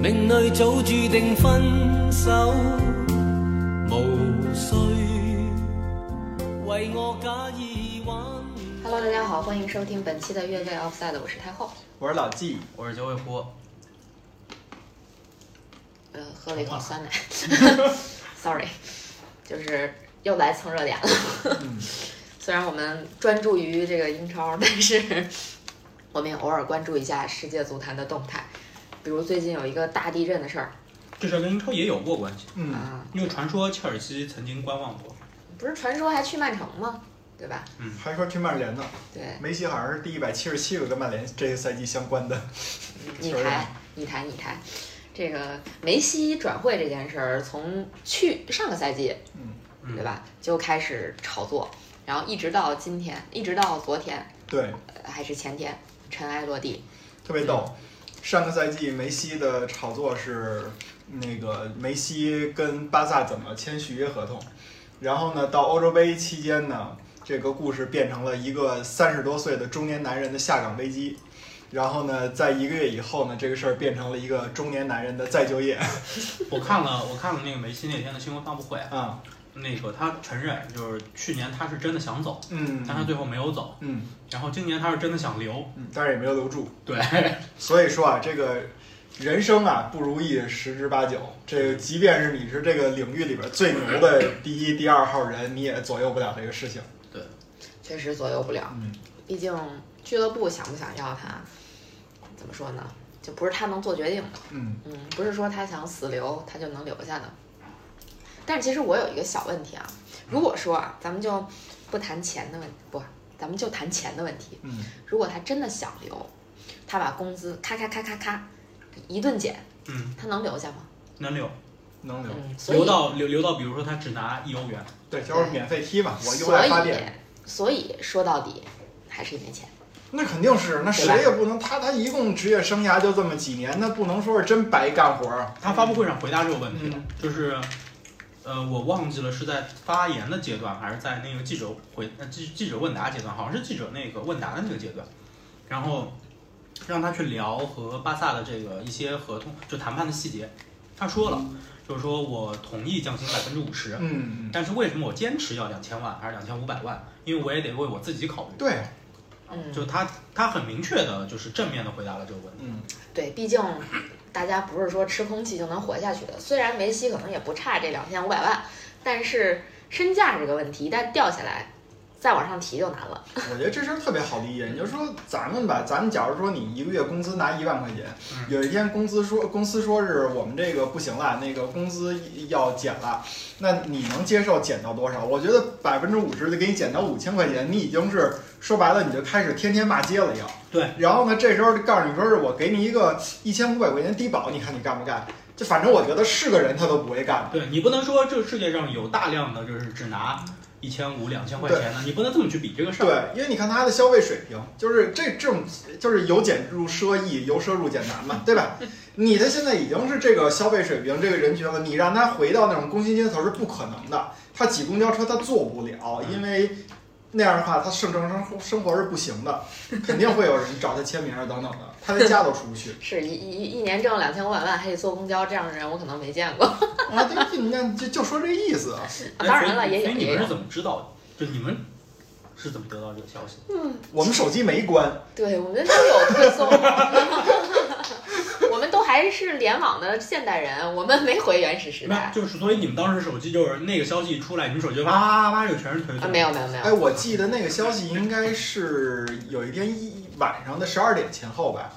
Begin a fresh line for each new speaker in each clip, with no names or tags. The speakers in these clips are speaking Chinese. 命里早注定分手，无需为我假意挽。
Hello，大家好，欢迎收听本期的越位 Offside，我是太后。
我是老纪，
我是九尾狐，
呃，喝了一口酸奶 ，sorry，就是又来蹭热点了。
嗯
虽然我们专注于这个英超，但是 我们也偶尔关注一下世界足坛的动态，比如最近有一个大地震的事儿
这事儿跟英超也有过关系，
嗯，
啊，
因为传说切尔西曾经观望过。
不是传说还去曼城吗？对吧？
还说去曼联呢，
对，
梅西好像是第一百七十七个跟曼联这个赛季相关的，
你
球员
抬，你抬，你抬。这个梅西转会这件事儿，从去上个赛季
嗯
对？吧？就开始炒作，然后一直到今天，一直到昨天
对，
呃还是前天，尘埃落地。
特别逗。上个赛季梅西的炒作是那个梅西跟巴萨怎么签续约合同，然后呢，到欧洲杯期间呢，这个故事变成了一个三十多岁的中年男人的下岗危机。然后呢，在一个月以后呢，这个事儿变成了一个中年男人的再就业。
我看了，我看了那个梅西那天的新闻发布会，
啊，
那个他承认就是去年他是真的想走，但他
嗯
最后没有走，
嗯
然后今年他是真的想留。
嗯，但是也没有留住。
对，
所以说啊，这个人生啊不如意十之八九。这个即便是你是这个领域里边最牛的第一、第二号人，你也左右不了这个事情。
确实左右不了。
嗯，
毕竟俱乐部想不想要他，怎么说呢？就不是他能做决定的。
嗯，
嗯，不是说他想死留他就能留下的。但是其实我有一个小问题啊，如果说啊，咱们就不谈钱的问不，咱们就谈钱的问题。
嗯，
如果他真的想留，他把工资咔咔咔咔咔一顿减，
嗯，
他能留下吗？
能留，
能留。
嗯，所以
留到留留到，比如说他只拿一欧元，
对，就是免费踢嘛，我用
所
来
以
发电，
所以说到底还是因为钱。
那肯定是，那谁也不能他他一共职业生涯就这么几年，那不能说是真白干活儿。啊
他发布会上回答这个问题了
嗯，
就是。呃，我忘记了是在发言的阶段，还是在那个记者回呃记记者问答阶段，好像是记者那个问答的那个阶段，然后让他去聊和巴萨的这个一些合同就谈判的细节。他说了，就是说我同意降薪百分之五十，
嗯嗯，嗯
但是为什么我坚持要两千万还是两千五百万？因为我也得为我自己考虑。
对，
嗯，
就他他很明确的，就是正面的回答了这个问题。
嗯，
对，毕竟大家不是说吃空气就能活下去的。虽然梅西可能也不差这两千五百万，但是身价这个问题一旦掉下来，再往上提就难了。
我觉得这事儿特别好理解，你就说咱们吧，咱们假如说你一个月工资拿一万块钱，
嗯
有一天公司说公司说是我们这个不行了，那个工资要减了，那你能接受减到多少？我觉得百分之五十就给你减到五千块钱，你已经是说白了你就开始天天骂街了要。
对，
然后呢，这时候就告诉你说是我给你一个一千五百块钱低保，你看你干不干？就反正我觉得是个人他都不会干。
对你不能说这世界上有大量的就是只拿一千五、两千块钱的，你不能这么去比这个事
啊
儿。
对，因为你看他的消费水平，就是这这种就是由俭入奢易，由奢入俭难嘛，对吧？你的现在已经是这个消费水平，这个人群了，你让他回到那种工薪阶层是不可能的。他挤公交车他坐不了，因为那样的话他正常生活生活是不行的，肯定会有人找他签名儿等等的，他连家都出不去
是一一一年挣两千五百万，还得坐公交，这样的人我可能没见过。
啊！对，你看就就说这意思啊，
啊
哎
当
所以
然了，也
所
有
以你
也
们是
有。
怎么知道的？就你们是怎么得到这个消息的？
我们手机没关，
对，我们都有推送。 我们都还是联网的现代人，我们没回原始时
没
代
有，就是所以你们当时手机就是那个消息一出来，你们手机哇哇哇哇就全是推
啊！
送。
没有没有没有
哎，，我记得那个消息应该是有一天一晚上的十二点前后吧，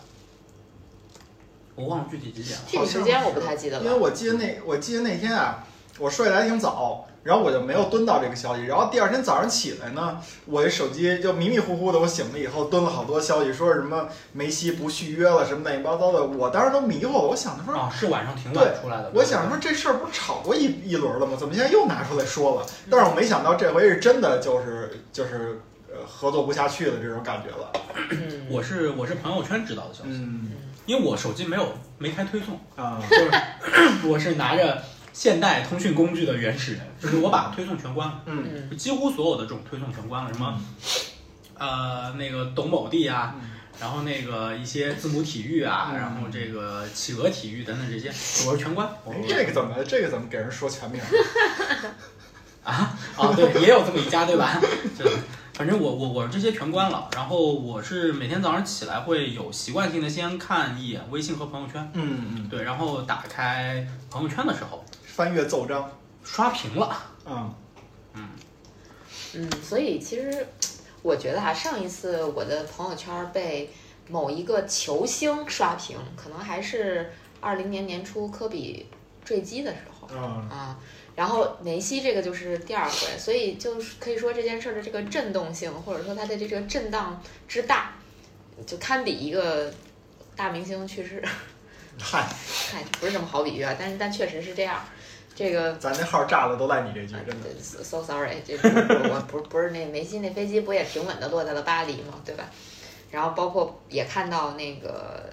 我忘了具体几点了。
具体时间我不太记得
因为
了。
我记得那我记得那天啊，我睡得还挺早，然后我就没有蹲到这个消息，然后第二天早上起来呢，我这手机就迷迷糊糊的，我醒了以后蹲了好多消息，说是什么梅西不续约了，什么乱七八糟的，我当时都迷糊了，我想着说。
啊，是晚上挺晚出来的。
我想说这事儿不是炒过一一轮了吗？怎么现在又拿出来说了？但是我没想到这回是真的就是就是呃合作不下去的这种感觉了。
嗯，
我是我是朋友圈知道的消息，
嗯
因为我手机没有没开推送，
啊，
就是 我是拿着现代通讯工具的原始人，就是我把推送全关了，
嗯，
嗯
几乎所有的这种推送全关了，什么呃那个懂某地啊，然后那个一些字母体育啊，
嗯
然后这个企鹅体育等等这些，我是全关。我
哎，这个怎么这个怎么给人说全名？
啊，哦，对，也有这么一家，对吧？ 就是，反正我我我这些全关了。然后我是每天早上起来会有习惯性的先看一眼微信和朋友圈，
嗯嗯，
对，然后打开朋友圈的时候
翻阅奏章，
刷屏了，
嗯
嗯，所以其实我觉得哈、上一次我的朋友圈被某一个球星刷屏，可能还是二零年年初科比坠机的时候。
嗯，
啊，然后梅西这个就是第二回，所以就是可以说这件事儿的这个震动性，或者说它的这个震荡之大，就堪比一个大明星去世。
嗨，
嗨，不是什么好比喻啊，但是但确实是这样。这个
咱那号炸了都赖你这句
啊，
真的。
对，so so sorry，这不是我不是不是那梅西那飞机不也平稳的落在了巴黎嘛，对吧？然后包括也看到那个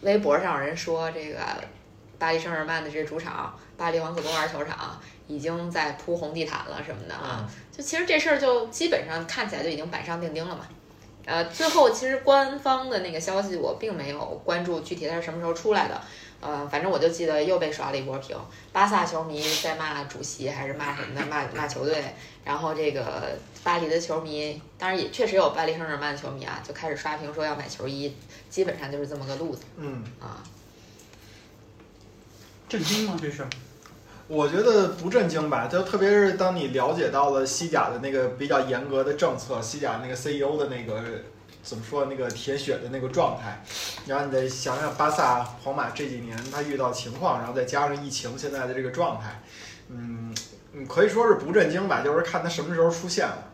微博上有人说，这个巴黎圣日耳曼的这个主场巴黎皇子公园球场已经在铺红地毯了什么的啊，
嗯
就其实这事儿就基本上看起来就已经板上钉钉了嘛。呃，最后其实官方的那个消息我并没有关注具体它是什么时候出来的，呃，反正我就记得又被刷了一波屏，巴萨球迷在骂主席还是骂什么的，骂骂球队，然后这个巴黎的球迷，当然也确实有巴黎圣日耳曼的球迷啊，就开始刷屏说要买球衣，基本上就是这么个路子
嗯，
啊。
震惊吗？这是？
我觉得不震惊吧，就特别是当你了解到了西甲的那个比较严格的政策，西甲那个 CEO 的那个怎么说那个铁血的那个状态，然后你再想想巴萨、皇马这几年他遇到情况，然后再加上疫情现在的这个状态，嗯，你可以说是不震惊吧，就是看他什么时候出现了，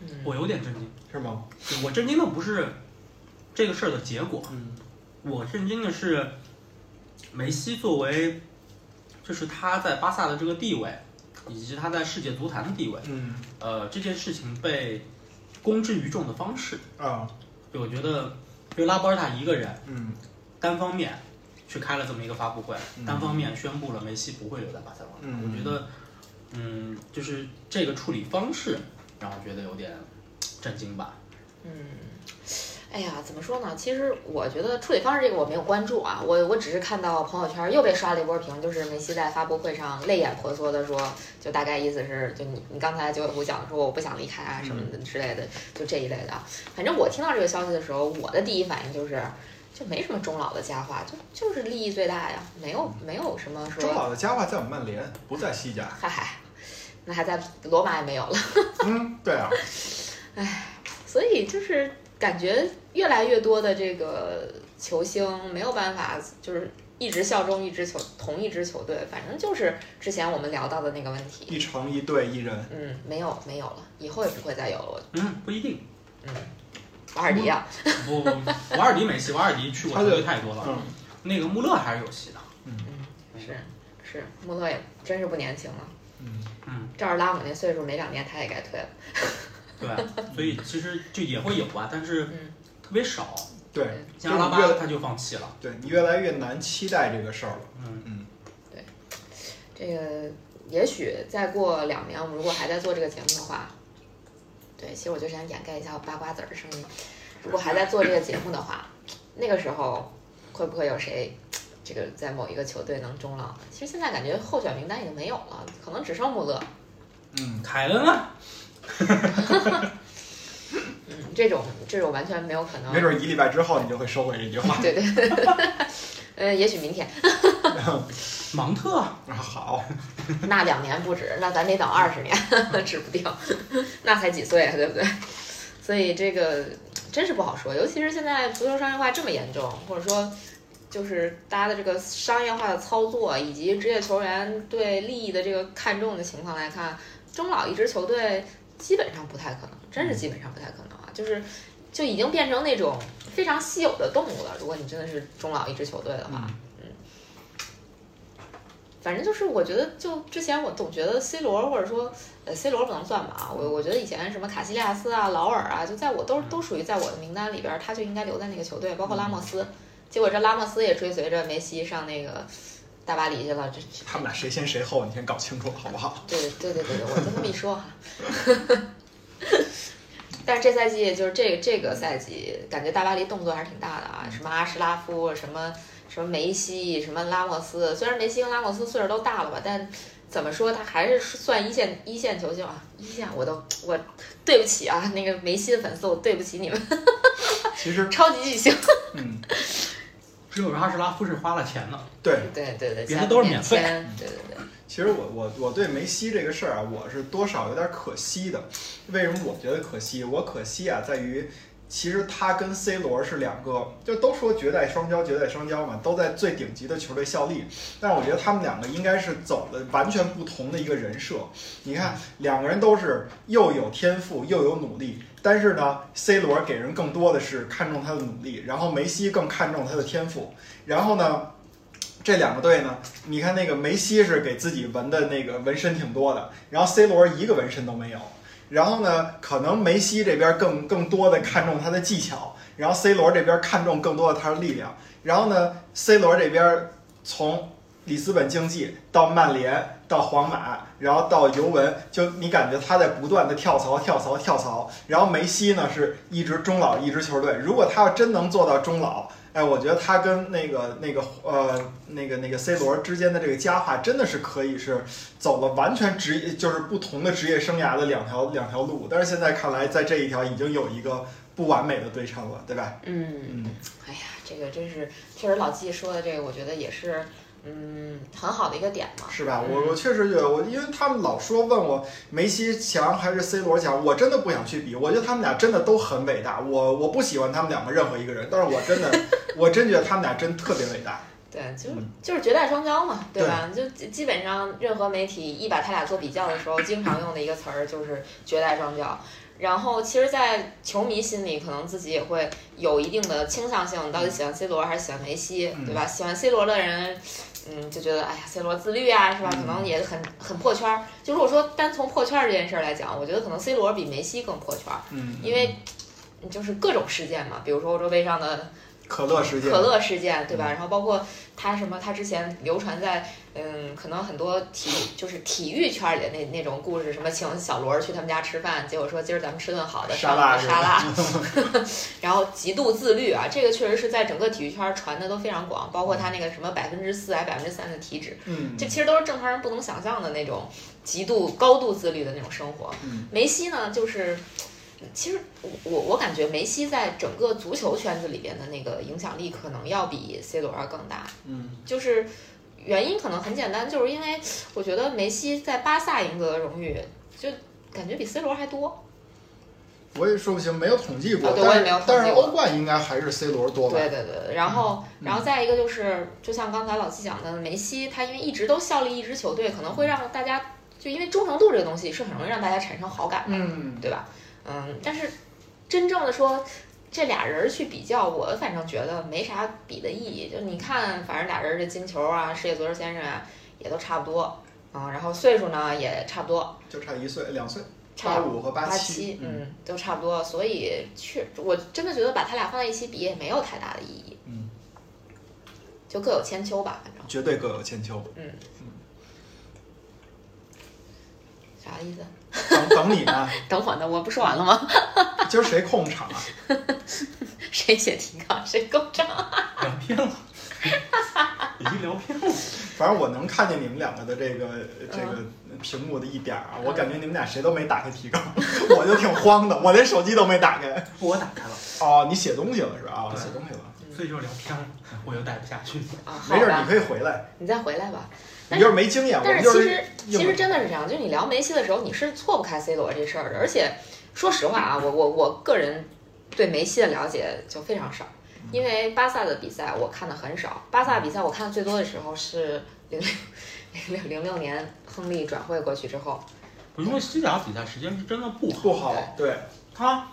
嗯，
我有点震惊。
是吗？
就我震惊的不是这个事儿的结果，
嗯
我震惊的是梅西作为，就是他在巴萨的这个地位，以及他在世界足坛的地位，
嗯
呃，这件事情被公之于众的方式，
啊
就我觉得，就拉波尔塔一个人
嗯
单方面去开了这么一个发布会，
嗯
单方面宣布了梅西不会留在巴塞罗那。
嗯
我觉得，嗯，就是这个处理方式让我觉得有点震惊吧。
嗯，哎呀，怎么说呢？其实我觉得处理方式这个我没有关注啊，我我只是看到朋友圈又被刷了一波屏，就是梅西在发布会上泪眼婆娑的说，就大概意思是，就你你刚才九尾狐讲的说我不想离开啊什么的之类的，就这一类的啊。反正我听到这个消息的时候，我的第一反应就是。就没什么中老的佳话，就就是利益最大呀，没有没有什么说
嗯中老的佳话在我们曼联，不在 西甲。
嗨嗨，那还在罗马也没有了，
嗯，对啊，
所以就是感觉越来越多的这个球星没有办法，就是一直效忠一支球同一支球队，反正就是之前我们聊到的那个问题，
一城一队一人。
嗯，没有没有了，以后也不会再有了，我
嗯，不一定。
嗯，瓦尔迪啊，
不，瓦尔迪没戏，瓦尔迪去过球队太多了。
嗯，
那个穆勒还是有戏的。
嗯，是是，穆勒也真是不年轻了，
嗯
嗯，
赵尔拉姆那岁数没两年他也该退了，
对，所以其实就也会有吧，但是
嗯
特别少。
对，
像阿拉
就是
巴
越
他就放弃了。
对你越来越难期待这个事儿了。
嗯，
嗯，
这个也许再过两年，我们如果还在做这个节目的话，对，其实我就想掩盖一下我八卦子儿的声音。如果还在做这个节目的话，那个时候会不会有谁这个在某一个球队能中老呢？其实现在感觉候选名单已经没有了，可能只剩穆勒。
嗯，
凯恩啊，
嗯，这种这种完全没有可能
没。准一礼拜之后你就会收回这句话。
对对， 呃，也许明天，
芒特啊，
啊好，
那两年不止，那咱得等二十年， 指不定，那才几岁啊，对不对？所以这个真是不好说，尤其是现在足球商业化这么严重，或者说就是大家的这个商业化的操作以及职业球员对利益的这个看重的情况来看，中老一支球队基本上不太可能，真是基本上不太可能啊，就是就已经变成那种非常稀有的动物了。如果你真的是中老一支球队的
嗯
话，反正就是我觉得，就之前我总觉得 C 罗或者说呃 C 罗不能算吧啊，我我觉得以前什么卡西利亚斯啊、劳尔啊，就在我都都属于在我的名单里边儿，他就应该留在那个球队，包括拉莫斯。结果这拉莫斯也追随着梅西上那个大巴黎去了，这这
他们俩谁先谁后，你先搞清楚好不好？
对对对对对，我就这么一说哈。啊但是这赛季就是这这个赛季，感觉大巴黎动作还是挺大的啊，什么阿什拉夫，什么什么梅西，什么拉莫斯。虽然梅西跟拉莫斯岁数都大了吧，但怎么说他还是算一线一线球星啊。一线我都我对不起啊，那个梅西的粉丝，我对不起你们，
其实，
超级巨 星。
嗯，
只有阿什拉夫是花了钱的，
对，
对对对，
别的都是免费
签。对对 对，
其实我我我对梅西这个事儿啊，我是多少有点可惜的。为什么我觉得可惜？我可惜啊，在于其实他跟 C 罗是两个，就都说绝代双骄，绝代双骄嘛，都在最顶级的球队效力。但是我觉得他们两个应该是走的完全不同的一个人设。你看，两个人都是又有天赋又有努力，但是呢，C 罗给人更多的是看重他的努力，然后梅西更看重他的天赋。然后呢，这两个队呢，你看那个梅西是给自己纹的那个纹身挺多的，然后 C 罗一个纹身都没有。然后呢，可能梅西这边更更多的看重他的技巧，然后 C 罗这边看重更多的他的力量。然后呢，C 罗这边从里斯本竞技到曼联到皇马，然后到尤文，就你感觉他在不断的跳槽、跳槽、跳槽。然后梅西呢是一直中老一支球队，如果他要真能做到中老，哎，我觉得他跟那个那个呃那个那个 C 罗之间的这个佳话，真的是可以是走了完全职业就是不同的职业生涯的两条两条路。但是现在看来，在这一条已经有一个不完美的对称了，对吧？
嗯。
嗯，
哎呀，这个真是，确实老季说的这个，我觉得也是，嗯，很好的一个点嘛。
是吧？我我确实觉得我，因为他们老说问我梅西强还是 C 罗强，我真的不想去比。我觉得他们俩真的都很伟大，我我不喜欢他们两个任何一个人，但是我真的我真觉得他们俩真特别伟大。
对，就是
嗯
就是绝代双骄嘛，对吧？就基基本上任何媒体一把他俩做比较的时候，经常用的一个词儿就是绝代双骄。然后，其实，在球迷心里，可能自己也会有一定的倾向性，到底喜欢 C 罗还是喜欢梅西，对吧？喜欢 C 罗的人，嗯，就觉得哎呀，C 罗自律啊，是吧？可能也很很破圈儿。就如果说单从破圈儿这件事儿来讲，我觉得可能 C 罗比梅西更破圈儿。
嗯，
因为嗯就是各种事件嘛，比如说欧洲杯上的
可乐事件，嗯
可乐事件，对吧？然后包括他什么，他之前流传在嗯，可能很多体就是体育圈里的那那种故事，什么请小罗去他们家吃饭，结果说今儿咱们吃顿好的，
沙
上
拉
了沙拉， 然后极度自律啊，这个确实是在整个体育圈传的都非常广，包括他那个什么百分之四还百分之三的体脂，
嗯，
这其实都是正常人不能想象的那种极度高度自律的那种生活。
嗯
梅西呢，就是其实我我我感觉梅西在整个足球圈子里边的那个影响力，可能要比 C 罗要更大。
嗯
就是原因可能很简单，就是因为我觉得梅西在巴萨赢得的荣誉，就感觉比 C 罗还多。
我也说不清，没有统计过，
啊对我也
但
没有统
是
计过
但是欧冠应该还是 C 罗多吧？嗯
对对对，然后然后再一个就是，就像刚才老季讲的，梅西他因为一直都效力一支球队，可能会让大家就因为忠诚度这个东西是很容易让大家产生好感的。
嗯，
对吧？嗯，但是真正的说，这俩人儿去比较，我反正觉得没啥比的意义。就你看，反正俩人儿这金球啊、世界足球先生啊，也都差不多啊、然后岁数呢也差不多，
就差一岁两岁，
差
八五和
八
七，嗯
嗯，都差不多。所以确，我真的觉得把他俩放在一起比也没有太大的意义，
嗯，
就各有千秋吧，反正
绝对各有千秋。
啥意思？
等等你呢，
等会儿呢，我不说完了吗？
今儿谁控场啊？
谁写提纲，谁够账？
聊偏了， 已经聊偏了。
反正我能看见你们两个的这个这个
嗯
屏幕的一点儿啊，我感觉你们俩谁都没打开提纲， 我就挺慌的，我连手机都没打开。
我打开了，
哦，你写东西了是吧？啊，
对
写东西了，
所以就是聊偏了，我又待不下去。
啊，好
没事儿，你
吧，
可以回来，
你再回来吧。
你
但
就是是没经验，我
但
们
是
就
其
是
实其实真的是这样，就是你聊梅西的时候，你是错不开 C 罗这事儿的。而且说实话啊，我我我个人对梅西的了解就非常少，
嗯
因为巴萨的比赛我看的很少。巴萨比赛我看的最多的时候是零六零六零六年亨利转会过去之后，
因为西甲比赛时间是真的不好，
不好，对，
他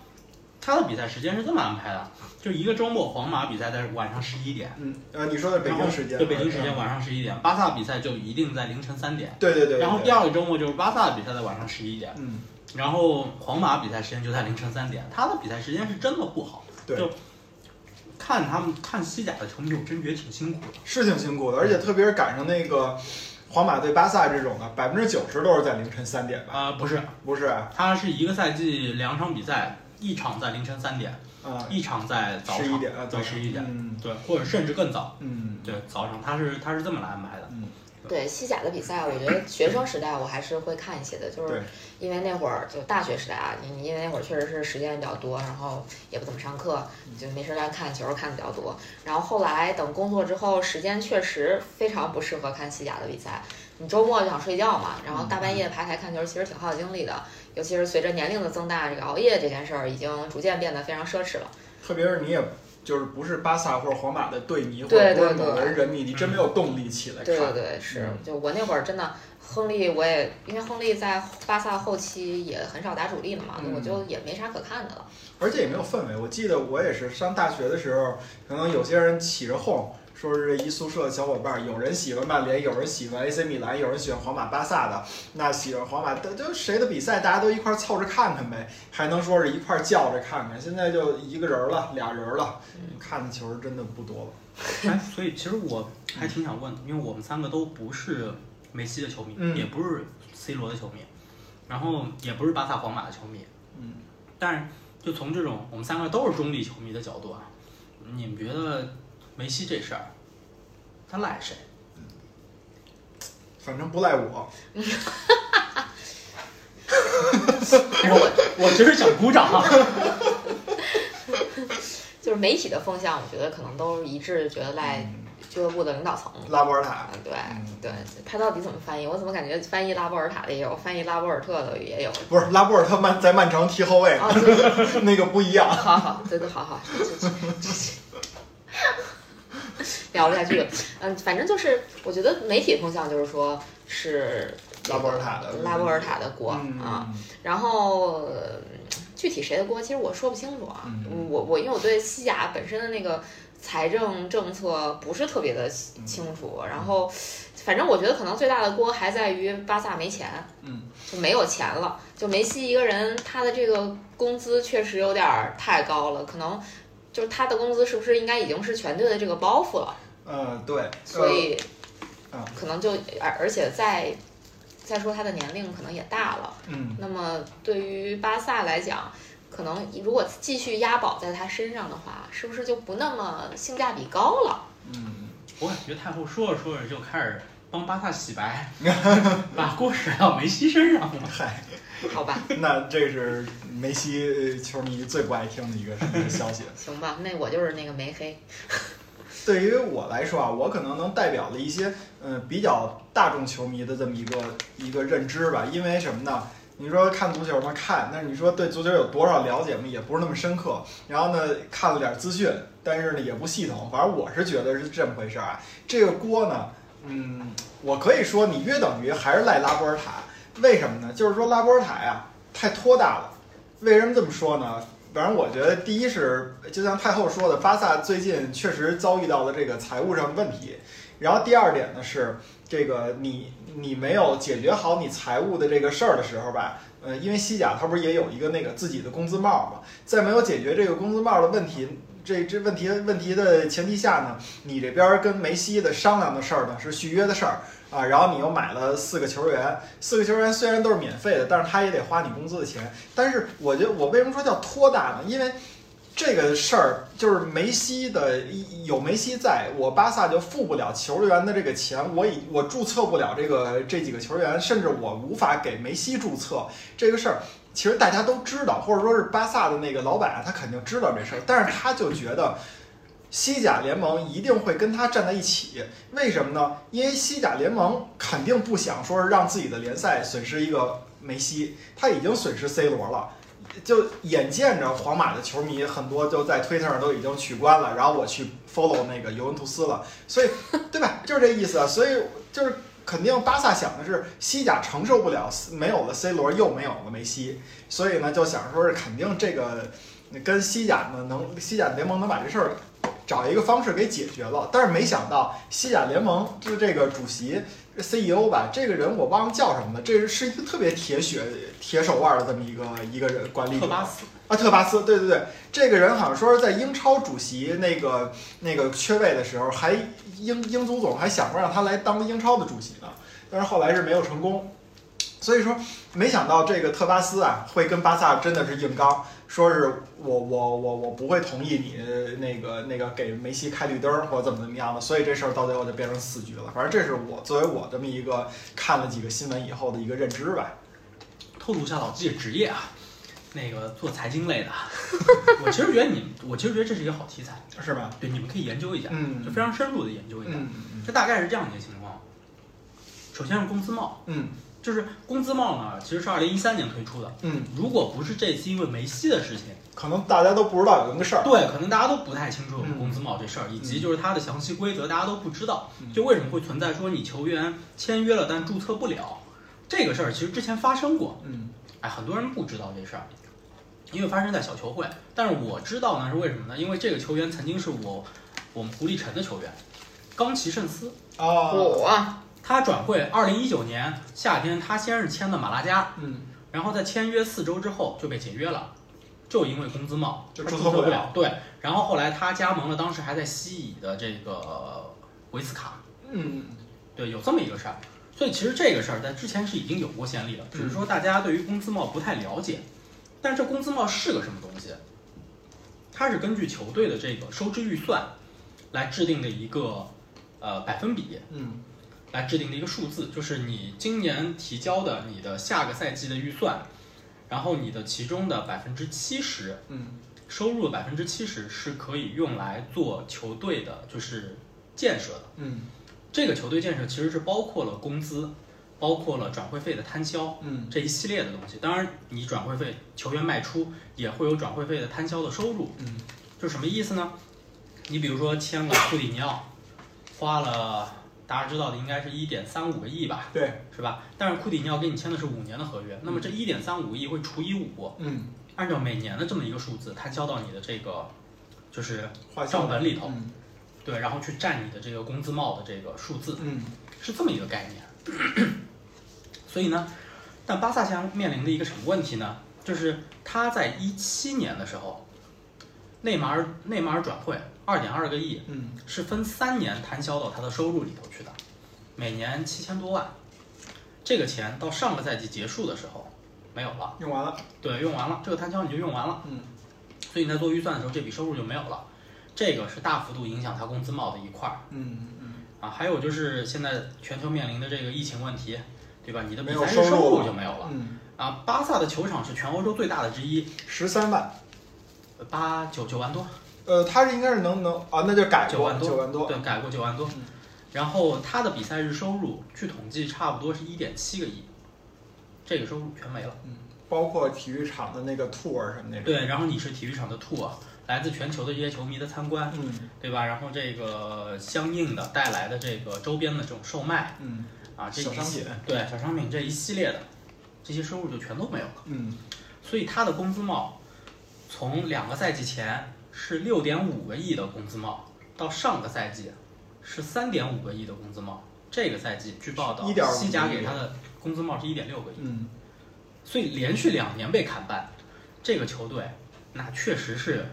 他的比赛时间是这么安排的，就一个周末皇马比赛在晚上十一点，
嗯，呃，你说的是北
然后
京时间，嗯
对北京时间晚上十一点，巴萨比赛就一定在凌晨三点。
对，对对对，
然后第
对，
二个周末就是巴萨比赛在晚上十一点，
嗯，
然后皇马比赛时间就在凌晨三点，他的比赛时间是真的不好。
对
就看他们看西甲的球迷，我真觉得挺辛苦的。
是挺辛苦的，而
嗯
且特别是赶上那个皇马对巴萨这种的，百分之九十都是在凌晨三点吧？
啊、不是，
不是，
他是一个赛季两场比赛，一场在凌晨三点，
啊，
一场在早上
十一点啊，早
对，
上
十一点，
嗯
对，或者甚至更早，
嗯，
对，早上他是他是这么来安排的，
嗯，
对西甲的比赛，我觉得学生时代我还是会看一些的，就是
对
因为那会儿就大学时代啊，你因为那会儿确实是时间比较多，然后也不怎么上课，就没事儿干看球看的比较多。然后后来等工作之后，时间确实非常不适合看西甲的比赛。你周末就想睡觉嘛，然后大半夜排台看球，其实挺耗精力的。尤其是随着年龄的增大，这个熬夜这件事儿已经逐渐变得非常奢侈了。
特别是你也就是不是巴萨或者皇马的队迷，或
对
者不是
对
某个
对
人人迷，你真没有动力起来
对对
看。
对，是
嗯，
就我那会儿真的，亨利我也因为亨利在巴萨后期也很少打主力了嘛，
嗯
我就也没啥可看的了。
而且也没有氛围。我记得我也是上大学的时候，可能有些人起着哄，说是一宿舍的小伙伴儿，有人喜欢曼联，有人喜欢 AC 米兰，有人喜欢皇马、巴萨的，那喜欢皇马，都都谁的比赛大家都一块儿凑着看看呗，还能说是一块儿叫着看看。现在就一个人儿了，俩人儿了，
嗯
看的球真的不多了。
哎，所以其实我还挺想问，因为我们三个都不是梅西的球迷，
嗯
也不是 C 罗的球迷，然后也不是巴萨、皇马的球迷，
嗯，
但是就从这种我们三个都是中立球迷的角度啊，你们觉得梅西这事儿，他赖 谁？
反正不赖我，
但是我
我就是想鼓掌啊！
就是媒体的风向，我觉得可能都是一致，觉得赖
嗯
俱乐部的领导层。
拉波尔塔，
嗯，对
嗯
对，他到底怎么翻译？我怎么感觉翻译拉波尔塔的也有，翻译拉波尔特的也 有。
不是拉波尔特曼在曼城踢后卫，
哦，对，
那个不一样。
好好，对对，好好，这这这 聊不下去了。嗯，反正就是，我觉得媒体风向就是说是这
拉波
个
尔塔的
拉波尔塔的锅啊。
嗯，
然后嗯具体谁的锅，其实我说不清楚啊。
嗯
我我因为我对西甲本身的那个财政政策不是特别的
嗯
清楚，然后反正我觉得可能最大的锅还在于巴萨没钱，
嗯，
就没有钱了。就梅西一个人，他的这个工资确实有点儿太高了，可能。就是他的工资是不是应该已经是全队的这个包袱了？
呃，对，
所以
呃啊，
可能就而而且再再说他的年龄可能也大了，
呃嗯，
那么对于巴萨来讲，可能如果继续押宝在他身上的话，是不是就不那么性价比高了？
嗯，
我感觉太后说着说着就开始帮巴萨洗 白，把锅甩到梅西身上了。
嗨，
好吧，
那这是梅西呃球迷最不爱听的一个一个消息。
行吧，那我就是那个梅黑。
对于我来说啊，我可能能代表了一些嗯、呃比较大众球迷的这么一个一个认知吧，因为什么呢？你说看足球吗？看，但是你说对足球有多少了解吗？也不是那么深刻。然后呢，看了点资讯，但是呢也不系统。反正我是觉得是这么回事儿啊。这个锅呢，嗯，我可以说你约等于还是赖拉波尔塔。为什么呢？就是说拉波尔塔呀太拖大了。为什么这么说呢？反正我觉得，第一是就像太后说的，巴萨最近确实遭遇到了这个财务上的问题。然后第二点呢是，这个你你没有解决好你财务的这个事儿的时候吧，呃，因为西甲它不是也有一个那个自己的工资帽嘛，在没有解决这个工资帽的问题，这这问题问题的前提下呢，你这边儿跟梅西的商量的事儿呢是续约的事儿啊，然后你又买了四个球员，四个球员虽然都是免费的，但是他也得花你工资的钱。但是我觉得我为什么说叫拖大呢？因为这个事儿就是梅西的有梅西在，我巴萨就付不了球员的这个钱，我已我注册不了这个这几个球员，甚至我无法给梅西注册这个事儿。其实大家都知道，或者说是巴萨的那个老板啊，他肯定知道这事儿，但是他就觉得西甲联盟一定会跟他站在一起，为什么呢？因为西甲联盟肯定不想说是让自己的联赛损失一个梅西，他已经损失 C 罗了。就眼见着皇马的球迷很多就在推特上都已经取关了，然后我去 follow 那个尤文图斯了，所以对吧？就是这意思啊。所以就是肯定巴萨想的是西甲承受不了没有了 C 罗又没有了梅西，所以呢就想说是肯定这个跟西甲呢能西甲联盟能把这事儿找一个方式给解决了。但是没想到西甲联盟就是这个主席 CEO 吧，这个人我忘了叫什么了，这是一个特别铁血、铁手腕的这么一个一个人管理者
特巴斯，
啊，特巴斯，对对对，这个人好像说是在英超主席那个那个缺位的时候，还英英足总还想过让他来当英超的主席呢，但是后来是没有成功。所以说，没想到这个特巴斯啊，会跟巴萨真的是硬刚，说是我我我我不会同意你那个那个给梅西开绿灯儿或者怎么怎么样的，所以这事儿到最后就变成死局了。反正这是我作为我这么一个看了几个新闻以后的一个认知吧。
透露一下老季的职业啊，那个做财经类的 啊，我其实觉得你们，我其实觉得这是一个好题材，
是吧？
对，你们可以研究一下，
嗯
就非常深入的研究一下。
嗯
这大概是这样的一个情况，首先是工资帽，
嗯
就是工资帽呢，其实是二零一三年推出的。
嗯，
如果不是这次因为梅西的事情，
可能大家都不知道有这么个事儿。
对，可能大家都不太清楚
嗯
工资帽这事儿，以及就是它的详细规则，大家都不知道
嗯。
就为什么会存在说你球员签约了但注册不了这个事儿，其实之前发生过，
嗯
哎，很多人不知道这事儿，因为发生在小球会。但是我知道呢，是为什么呢？因为这个球员曾经是我我们狐狸城的球员，冈崎慎司。
哦，
我啊
他转会，二零一九年夏天，他先是签的马拉加，
嗯，
然后在签约四周之后就被解约了，就因为工资帽，
就
他
注
注
册
册
不了
不了。对，然后后来他加盟了当时还在西乙的这个呃维斯卡，
嗯
对，有这么一个事儿。所以其实这个事儿在之前是已经有过先例了，只是说大家对于工资帽不太了解。但是这工资帽是个什么东西？它是根据球队的这个收支预算来制定的一个呃百分比。
嗯
来制定的一个数字，就是你今年提交的你的下个赛季的预算，然后你的其中的百分之七十
嗯
收入的百分之七十是可以用来做球队的，就是建设的。
嗯
这个球队建设其实是包括了工资，包括了转会费的摊销
嗯
这一系列的东西。当然，你转会费球员卖出也会有转会费的摊销的收入，
嗯
就是什么意思呢？你比如说签了库里尼奥，花了大家知道的应该是一点三五个亿吧，
对，
是吧？但是库里尼奥跟你签的是五年的合约，那么这一点三五亿会除以五，
嗯，
按照每年的这么一个数字摊销到你的这个就是
画像
账本里头，
嗯
对，然后去占你的这个工资帽的这个数字，
嗯
是这么一个概念。 所以呢，但巴萨现在面临的一个什么问题呢？就是他在一七年的时候，内马尔内马尔转会二点二个亿，
嗯，
是分三年摊销到他的收入里头去的，每年七千多万。这个钱到上个赛季结束的时候没有了，
用完了。
对，用完了，这个摊销你就用完了，
嗯
所以你在做预算的时候，这笔收入就没有了。这个是大幅度影响他工资帽的一块儿
嗯嗯
啊。还有就是现在全球面临的这个疫情问题，对吧？你的比
没有
赛
收
日
入
收入就没有了
嗯，
啊。巴萨的球场是全欧洲最大的之一，
十三万。
呃八九九万多，
呃，他是应该是能能啊，那就改
九
过
万
九万多，
对，改过九万多
嗯。
然后他的比赛日收入，去统计差不多是一点七个亿，这个收入全没了。
嗯包括体育场的那个 tour 什么那种。
对，然后你是体育场的 tour，来自全球的这些球迷的参观，
嗯
对吧？然后这个相应的带来的这个周边的这种售卖
嗯
啊，这一
小商
系
品
对小商品这一系列的这些收入就全都没有了。
嗯
所以他的工资帽从两个赛季前是六点五个亿的工资帽，到上个赛季是三点五个亿的工资帽。这个赛季据报道，
1.5
西甲给他的工资帽是一点六个亿，
嗯
所以连续两年被砍半，这个球队那确实是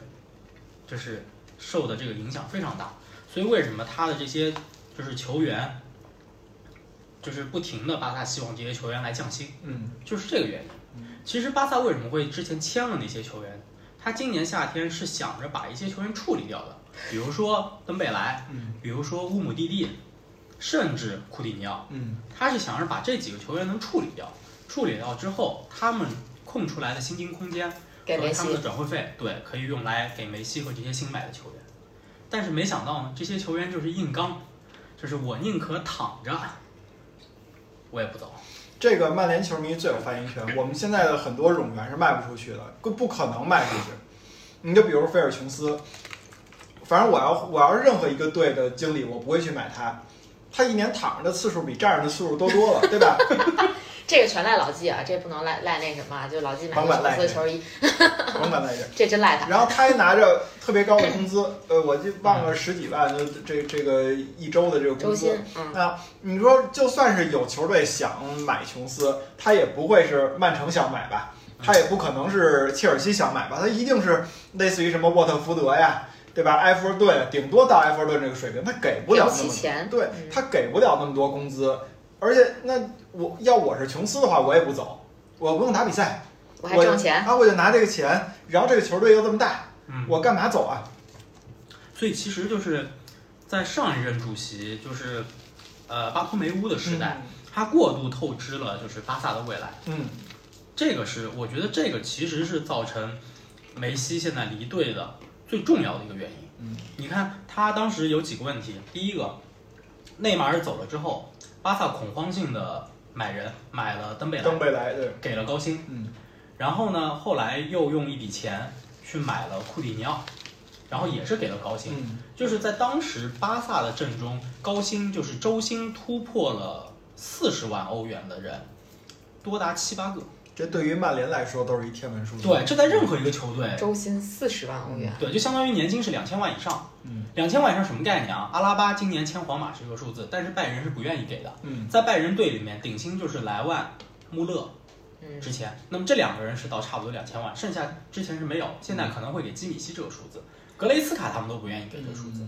就是受的这个影响非常大。所以为什么他的这些就是球员，就是不停的巴萨希望这些球员来降薪，
嗯
就是这个原因。其实巴萨为什么会之前签了那些球员？他今年夏天是想着把一些球员处理掉的，比如说登贝莱，
嗯
比如说乌姆蒂蒂，甚至库蒂尼奥，
嗯
他是想着把这几个球员能处理掉，处理掉之后，他们空出来的薪金空间
给
和
梅
哦他们
西
的，转会费，对，可以用来给梅西和这些新买的球员。但是没想到呢，这些球员就是硬刚，就是我宁可躺着，我也不走。
这个曼联球迷最有发言权。我们现在的很多冗员是卖不出去的，不不可能卖出去。你就比如菲尔琼斯，反正我要我要是任何一个队的经理，我不会去买他。他一年躺着的次数比站着的次数多多了，对吧？
这个全赖老季啊，这不能赖赖那什么啊，就老季买
甭管
个
赖
红色球衣，
甭管那一点。
这真赖他。
然后他还拿着特别高的工资，呃，我就忘了十几万的这这个一周的这个工
周
资
薪。，嗯，
那你说，就算是有球队想买琼斯，他也不会是曼城想买吧？他也不可能是切尔西想买吧？他一定是类似于什么沃特福德呀，对吧？埃弗顿，顶多到埃弗顿这个水平，他给不
给
了
不
那
起
么多。
钱，
对
嗯
他给不了那么多工资，而且那我要我是琼斯的话，我也不走，我不用打比赛，
我还挣钱，
啊，我就拿这个钱，然后这个球队又这么大，
嗯，
我干嘛走啊？
所以其实就是在上一任主席就是呃巴托梅乌的时代，他过度透支了就是巴萨的未来。
嗯，
这个是我觉得这个其实是造成梅西现在离队的最重要的一个原因。
嗯，
你看他当时有几个问题，第一个，内马尔走了之后，巴萨恐慌性的买人，买了登贝莱
嗯登，贝莱对，
给了高薪，
嗯，
然后呢，后来又用一笔钱去买了库蒂尼奥，然后也是给了高薪，
嗯
就是在当时巴萨的阵中，高薪就是周薪突破了四十万欧元的人，多达七八个。
这对于曼联来说都是一天文数字。
对，这在任何一个球队，
周薪四十万欧元，
对，就相当于年薪是两千万以上。
嗯
两千万以上什么概念啊？阿拉巴今年签皇马是一个数字，但是拜仁是不愿意给的。
嗯
在拜仁队里面，顶薪就是莱万、穆勒
嗯，
之前，那么这两个人是到差不多两千万，剩下之前是没有，现在可能会给基米希这个数字，格雷斯卡他们都不愿意给这个数字，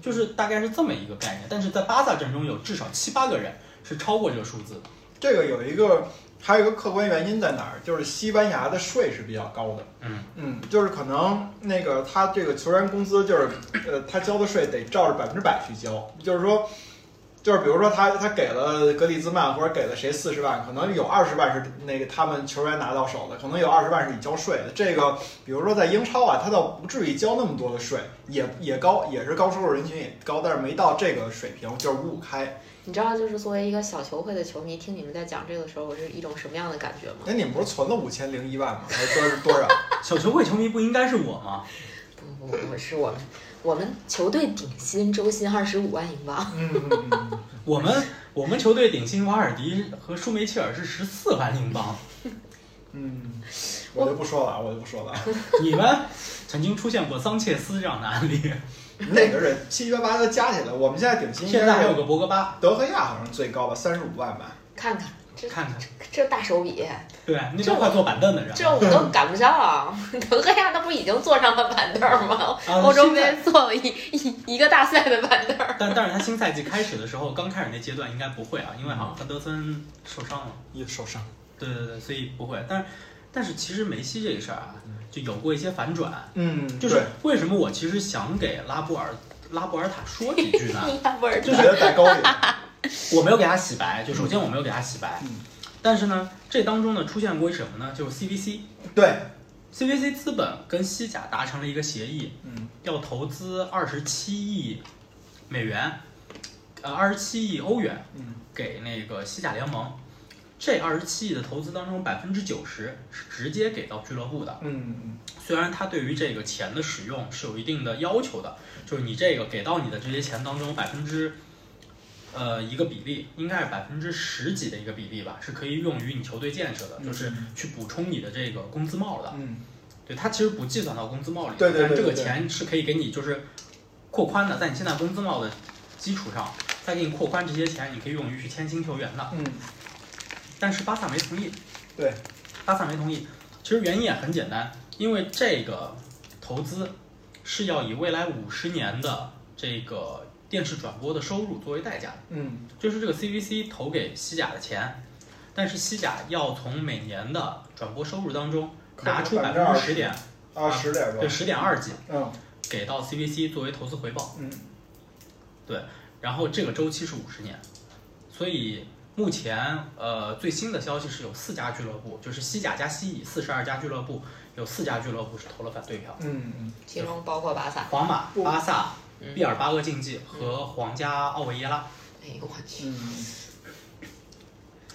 就是大概是这么一个概念。但是在巴萨阵中有至少七八个人是超过这个数字的。
这个有一个，还有一个客观原因在哪儿？就是西班牙的税是比较高的。
嗯
嗯，就是可能那个他这个球员工资就是，呃，他交的税得照着百分之百去交，就是说。就是比如说他他给了格里兹曼或者给了谁四十万，可能有二十万是那个他们球员拿到手的，可能有二十万是你交税的。这个比如说在英超啊，他倒不至于交那么多的税，也也高，也是高收入人群也高，但是没到这个水平，就是五五开。
你知道，就是作为一个小球会的球迷，听你们在讲这个时候，我是一种什么样的感觉吗？
那哎你们不是存了五千零一万吗？还是多少多少？
小球会球迷不应该是我吗？
不不不，是我们，我们球队顶薪周薪二十五万英镑，
嗯嗯嗯嗯。
我们我们球队顶薪瓦尔迪和舒梅切尔是十四万英镑，
嗯， 我就不说了，啊，我就不说 了。啊。
你们曾经出现过桑切斯这样的案例，
哪个人七七八八都加起来，我们现在顶薪应该
现在还有个博格巴，
德赫亚好像最高吧，三十五万吧。
看看这
看看，
这大手笔，
对，那都快坐板凳的人啊
这我都赶不上。德赫亚那不已经坐上了板凳吗？
啊
欧洲
现在
杯坐一一一个大赛的板凳。
但但是他新赛季开始的时候，刚开始那阶段应该不会啊，因为好像范德森受伤了，
一受伤，
对对对，所以不会。但是但是其实梅西这个事儿啊，就有过一些反转，
嗯，
就是
对
为什么我其实想给拉波尔拉波尔塔说几句 呢？
拉波尔
就
你觉
是
得带高点，
我没有给他洗白，就首先我没有给他洗白，
嗯
但是呢，这当中呢出现过一什么呢？就是 CVC。
对，
CVC 资本跟西甲达成了一个协议，
嗯
要投资二十七亿美元，呃，二十七亿欧元
嗯
给那个西甲联盟。这二十七亿的投资当中，百分之九十是直接给到俱乐部的。
嗯
虽然他对于这个钱的使用是有一定的要求的，就是你这个给到你的这些钱当中，百分之呃一个比例，应该是百分之十几的一个比例吧，是可以用于你球队建设的，
嗯
就是去补充你的这个工资帽的。
嗯
对，它其实不计算到工资帽里，
对对
但
对
是这个
对对
钱是可以给你就是扩宽的，在你现在工资帽的基础上，再给你扩宽这些钱，你可以用于去签新球员的。
嗯，
但是巴萨没同意，
对，
巴萨没同意。其实原因也很简单，因为这个投资是要以未来五十年的这个电视转播的收入作为代价的。
嗯
就是这个 CVC 投给西甲的钱，但是西甲要从每年的转播收入当中
扣除
拿出百分之十
20%
点，
啊，十点多
对，，十点二几
嗯
给到 CVC 作为投资回报，
嗯
然后这个周期是五十年，所以目前呃最新的消息是有四家俱乐部，就是西甲加西乙四十二家俱乐部，有四家俱乐部是投了反对票，
嗯嗯，
其中包括巴萨。
皇马、
嗯
巴萨、
嗯
毕尔巴鄂竞技和皇家奥维耶拉
哎呦我去，
嗯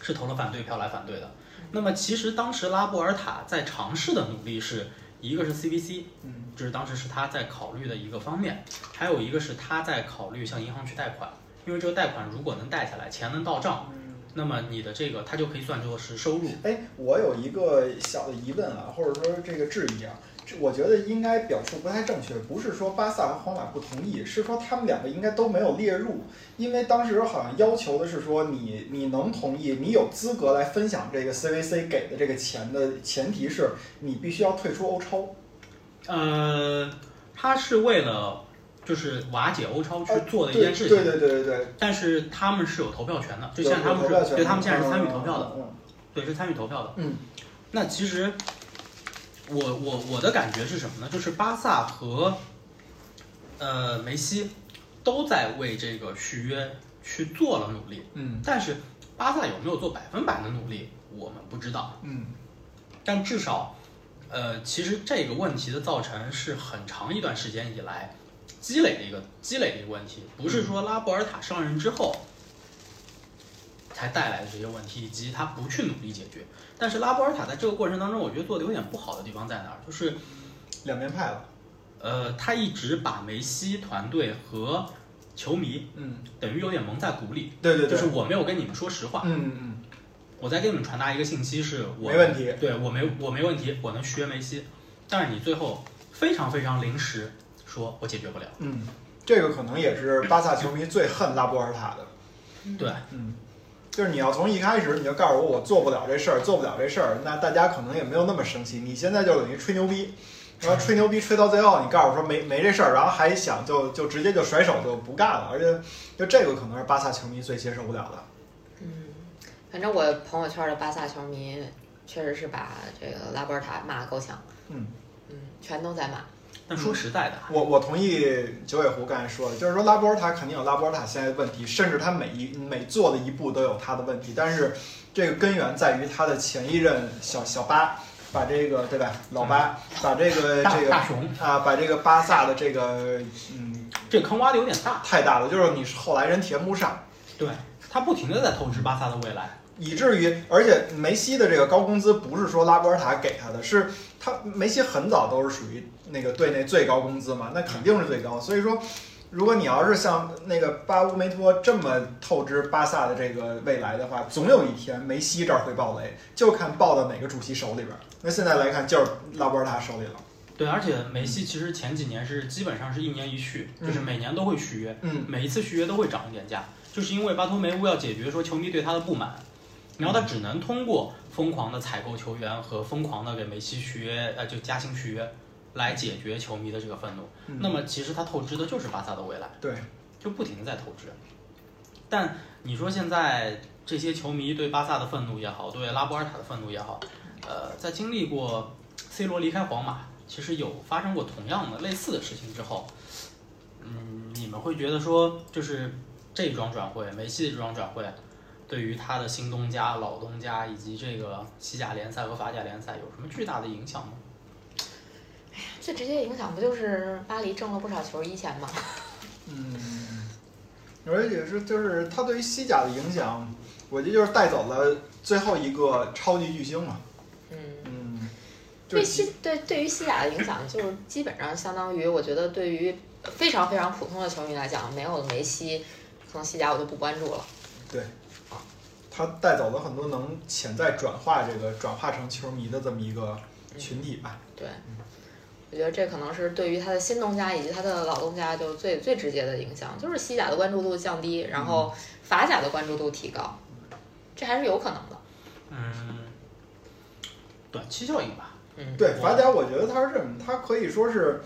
是投了反对票来反对的。那么其实当时拉波尔塔在尝试的努力是一个是 CVC，
嗯
这是当时是他在考虑的一个方面，还有一个是他在考虑向银行去贷款，因为这个贷款如果能贷下来，钱能到账，
嗯。
那么你的这个他就可以算作是收入。
哎，我有一个小的疑问啊，或者说这个质疑啊，这我觉得应该表述不太正确，不是说巴萨和皇马不同意，是说他们两个应该都没有列入，因为当时好像要求的是说你你能同意，你有资格来分享这个 CVC 给的这个钱的前提是你必须要退出欧超。
呃，他是为了就是瓦解欧超去
啊
做的一
对
件事情，
对对对对对，
但是他们是有投票权的，就
有
像他
投
们
票
是，
权
对他们现在是参与投票的，，
嗯
对，是参与投票的。
嗯
那其实我我我的感觉是什么呢？就是巴萨和呃梅西都在为这个续约去做了努力，
嗯
但是巴萨有没有做百分百的努力，我们不知道。
嗯
但至少，呃，其实这个问题的造成是很长一段时间以来积累的一个积累的一个问题，不
嗯
是说拉波尔塔上任之后才带来的这些问题，以及他不去努力解决。但是拉波尔塔在这个过程当中，我觉得做的有点不好的地方在哪儿？就是，
嗯，两面派了，
呃，他一直把梅西团队和球迷
嗯，
等于有点蒙在鼓里，
对对
就
对，
是我没有跟你们说实话，
嗯嗯
我在给你们传达一个信息是我
没问题
对我没我没问题，我能续约梅西，但是你最后非常非常临时说我解决不了，
嗯嗯，这个可能也是巴萨球迷最恨拉波尔塔的，
对
嗯，就是你要从一开始你就告诉我我做不了这事儿，做不了这事儿，那大家可能也没有那么生气。你现在就等于吹牛逼，然后吹牛逼吹到最后，你告诉我说没没这事儿，然后还想就就直接就甩手就不干了，而且就这个可能是巴萨球迷最接受不了的。
嗯，反正我朋友圈的巴萨球迷确实是把这个拉波尔塔骂得够呛，
嗯
嗯，全都在骂。
但说实在的，
我我同意九尾狐刚才说的，就是说拉波尔塔肯定有拉波尔塔现在的问题，甚至他每一每做的一步都有他的问题，但是这个根源在于他的前一任小小巴。把这个对吧，老八把这个
大
呃这个
大熊
啊，把这个巴萨的这个嗯
这坑挖的有点大，
太大了，就是你后来人填不上，
对他不停的在透支巴萨的未来，
以至于而且梅西的这个高工资不是说拉波尔塔给他的，是他梅西很早都是属于那个队内最高工资嘛，那肯定是最高，所以说。如果你要是像那个巴乌梅托这么透支巴萨的这个未来的话，总有一天梅西这儿会爆雷，就看爆到哪个主席手里边儿。那现在来看，就是拉波尔塔手里了。
对，而且梅西其实前几年是基本上是一年一续，
嗯
就是每年都会续约，
嗯
每一次续约都会涨一点价，就是因为巴托梅乌要解决说球迷对他的不满，然后他只能通过疯狂的采购球员和疯狂的给梅西续约，呃，就加薪续约，来解决球迷的这个愤怒。
嗯
那么其实他透支的就是巴萨的未来，
对，
就不停的在透支。但你说现在这些球迷对巴萨的愤怒也好，对拉波尔塔的愤怒也好，呃，在经历过 C 罗离开皇马，其实有发生过同样的类似的事情之后，嗯，你们会觉得说，就是这桩转会，梅西的这桩转会，对于他的新东家、老东家以及这个西甲联赛和法甲联赛有什么巨大的影响吗？
最直接影响不就是巴黎挣了不少球衣钱吗？
嗯，我觉得也是，就是他对于西甲的影响，我觉得就是带走了最后一个超级巨星嘛。
嗯，
嗯，就
对
是
西对对于西甲的影响，就是基本上相当于，我觉得对于非常非常普通的球迷来讲，没有梅西，可能西甲我就不关注了。
他带走了很多能潜在转化这个转化成球迷的这么一个群体吧。
对，我觉得这可能是对于他的新东家以及他的老东家就最最直接的影响，就是西甲的关注度降低，然后
嗯
法甲的关注度提高，这还是有可能的。
嗯，短期效应吧。
嗯，
对法甲，我觉得他是这么，他可以说是，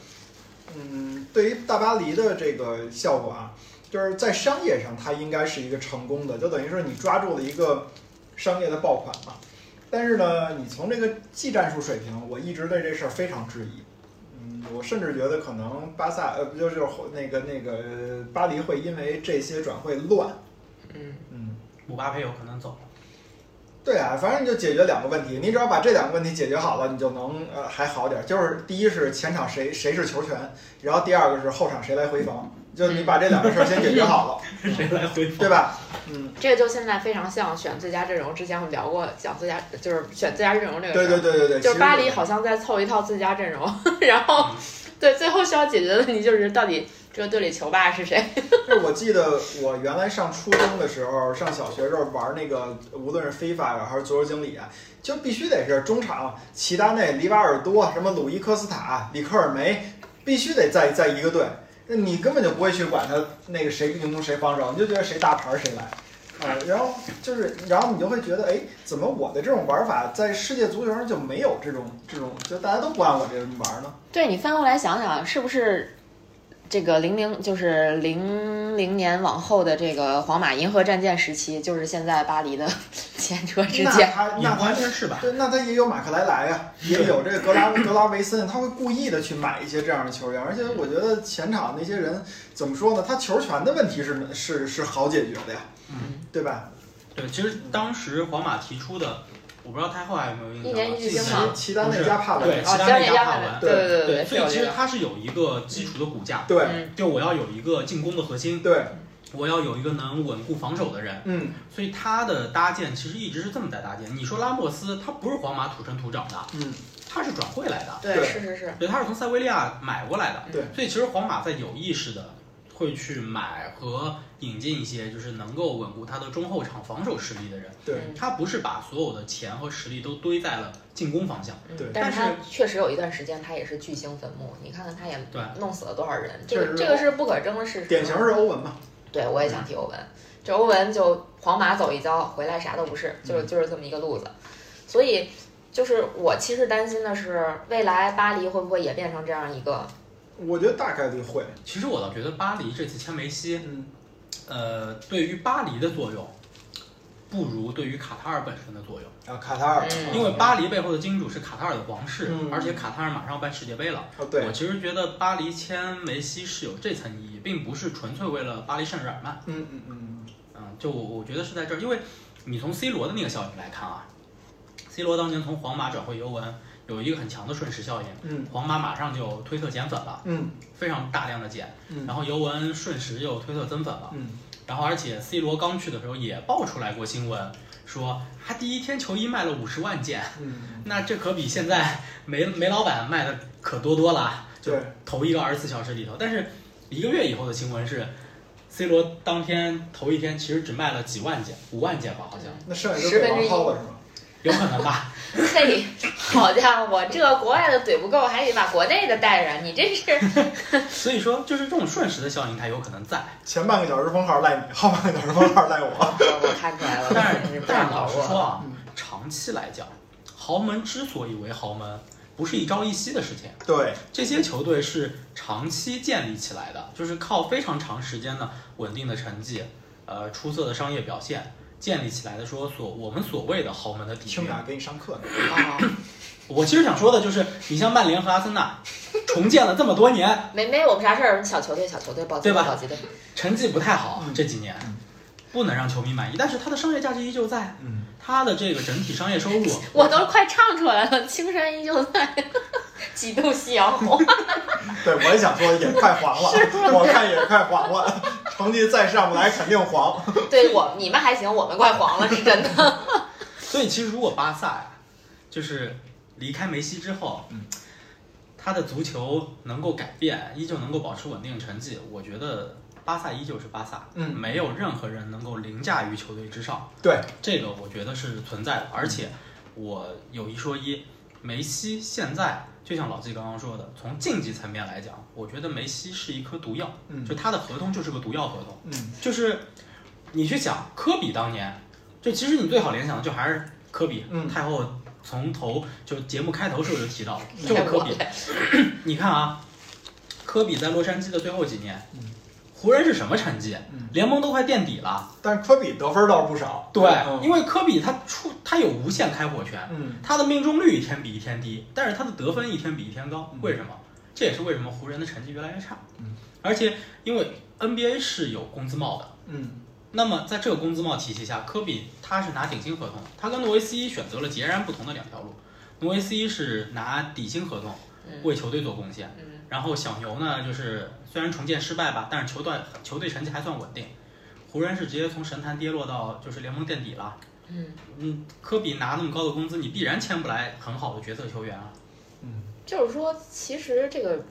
嗯，对于大巴黎的这个效果啊，就是在商业上，它应该是一个成功的，就等于说你抓住了一个商业的爆款嘛。但是呢，你从这个技战术水平，我一直对这事儿非常质疑。嗯，我甚至觉得可能巴萨呃，不就是那个那个巴黎会因为这些转会乱。
嗯，
嗯，
姆巴佩有可能走了。
对啊，反正你就解决两个问题，你只要把这两个问题解决好了，你就能呃还好点儿。就是第一是前场谁谁是球权，然后第二个是后场谁来回防，就你把这两个事儿先解决好了，
谁来 回访？
对吧？嗯，
这个就现在非常像选最佳阵容，之前我们聊过讲最佳就是选最佳阵容这个事儿
对对对对对，
就是巴
其
黎
实
好像在凑一套最佳阵容，然后 对最后需要解决的问题就是到底这个队里球霸是谁？
就是我记得我原来上初中的时候，上小学的时候玩那个，无论是非法呀还是足球经理啊，就必须得是中场齐达内、里瓦尔多、什么鲁伊科斯塔、里克尔梅，必须得在在一个队。那你根本就不会去管他那个谁进攻谁防守，你就觉得谁大牌谁来。啊，然后就是，然后你就会觉得，哎，怎么我的这种玩法在世界足球上就没有这种这种，就大家都不按我这么玩呢？
对你翻过来想想，是不是这个零零就是零零年往后的这个皇马银河战舰时期，就是现在巴黎的 前车之
那
鉴。
他
也
那
不
他
完全是吧？
啊对，那他也有马克莱莱啊，也有这个格拉格拉维森，他会故意的去买一些这样的球员，而且我觉得前场那些人怎么说呢？他球权的问题是是是好解决的呀，
嗯
对吧？
对，其实当时皇马提出的，我不知道他后来有没有印象啊。
一年一
近
日
年
兵嘛
齐达内加帕文，
对
哦，
其他
教
那
练
家
要
法
看
文
对对对
对，
是
所以
有
其
这
实
个。
它是有一个基础的骨架，
啊对
嗯，
就我要有一个进攻的核心，
对，
我要有一个能稳固防守的人，
嗯
所以他的搭建其实一直是这么在搭建。你说拉莫斯，他不是皇马土生土长的，
嗯，
他是转会来的，
对，
对
是是嗯是，
对，他是从塞维利亚买过来的。
对
所以其实皇马在有意识的会去买和引进一些就是能够稳固他的中后场防守实力的人，
对
嗯
他不是把所有的钱和实力都堆在了进攻方向。
对
但
但
是他确实有一段时间，他也是巨星坟墓。你看看，他也
对
弄死了多少人，
确
这
实
个这个是不可争的事实。
典型是欧文嘛，
对，我也想提欧文。这欧文就皇马走一遭，回来啥都不是，
嗯
就是就是这么一个路子。所以，就是我其实担心的是，未来巴黎会不会也变成这样一个？
我觉得大概率会，
其实我倒觉得巴黎这次签梅西，
嗯，
呃，对于巴黎的作用，不如对于卡塔尔本身的作用。
啊，卡塔尔，
嗯
因为巴黎背后的金主是卡塔尔的皇室，
嗯
而且卡塔尔马上要办世界杯了。
哦对
我，其实觉得巴黎签梅西是有这层意义，并不是纯粹为了巴黎圣日耳曼。
嗯嗯嗯，
嗯，就我我觉得是在这儿，因为你从 C 罗的那个效应来看啊，C 罗当年从皇马转会尤文，有一个很强的瞬时效应，
嗯
皇马马上就推特减粉了，
嗯
非常大量的减，
嗯
然后尤文瞬时又推特增粉了。
嗯，
然后而且 C 罗刚去的时候也爆出来过新闻，说他第一天球衣卖了五十万件，
嗯，
那这可比现在梅 梅老板卖的可多多了，就
对
头一个二十四小时里头。但是一个月以后的新闻是，C 罗当天头一天其实只卖了几万件，五万件吧，好像
那剩下就给王涛了是吗？
有可能吧。
嗯嘿，好家伙，这国外的怼不够，还得把国内的带上，你这是
所以说就是这种瞬时的效应它有可能在，
前半个小时封号赖你，后半个小时封号赖
哦
我，
我看出 来了，
但
真
是
不
但
想
是
搞
老实
过
说
了。
啊
嗯，
长期来讲，豪门之所以为豪门，不是一朝一夕的事情。
对，
这些球队是长期建立起来的，就是靠非常长时间的稳定的成绩，呃，出色的商业表现建立起来的说。所我们所谓的豪门的底
听
蕴
们，俩给你上课呢，
啊，
我其实想说的就是，你像曼联和阿森纳，重建了这么多年，
没没我们啥事儿，小球队小球队保级
对吧
保级队，
成绩不太好
嗯，
这几年
嗯
不能让球迷满意，但是它的商业价值依旧在，
嗯，
它的这个整体商业收入，
我都快唱出来了，青山依旧在， 几度夕阳红。
对，我也想说也快黄了，我看也快黄了， 成绩再上不来肯定黄，
对我你们还行，我们快黄了，是真的。
所以其实如果巴萨呀、就是离开梅西之后，
嗯
他的足球能够改变，依旧能够保持稳定成绩，我觉得巴萨依旧是巴萨，
嗯
没有任何人能够凌驾于球队之上，
对，
这个我觉得是存在的。而且我有一说一，梅西现在就像老季刚刚说的，从竞技层面来讲，我觉得梅西是一颗毒药，
嗯
就他的合同就是个毒药合同。
嗯，
就是你去想科比当年，就其实你最好联想的就还是科比、
嗯
太后从头就节目开头时候就提到了，就
太
是科
火了
比。你看啊，科比在洛杉矶的最后几年
嗯，
湖人是什么成绩
嗯？
联盟都快垫底了。
但是科比得分倒是不少，
对，
嗯
因为科比他出他有无限开火权，
嗯
他的命中率一天比一天低，但是他的得分一天比一天高
嗯，
为什么？这也是为什么湖人的成绩越来越差
嗯。
而且因为 NBA 是有工资帽的，
嗯
那么在这个工资帽体系下，科比他是拿顶薪合同，他跟诺维斯基选择了截然不同的两条路。诺维斯基是拿底薪合同
嗯
为球队做贡献，
嗯
然后小牛呢，就是虽然重建失败吧，但是球队球队成绩还算稳定。湖人是直接从神坛跌落到就是联盟垫底了。
嗯，
嗯，科比拿那么高的工资，你必然签不来很好的角色球员啊。
嗯，
就是说，其实这个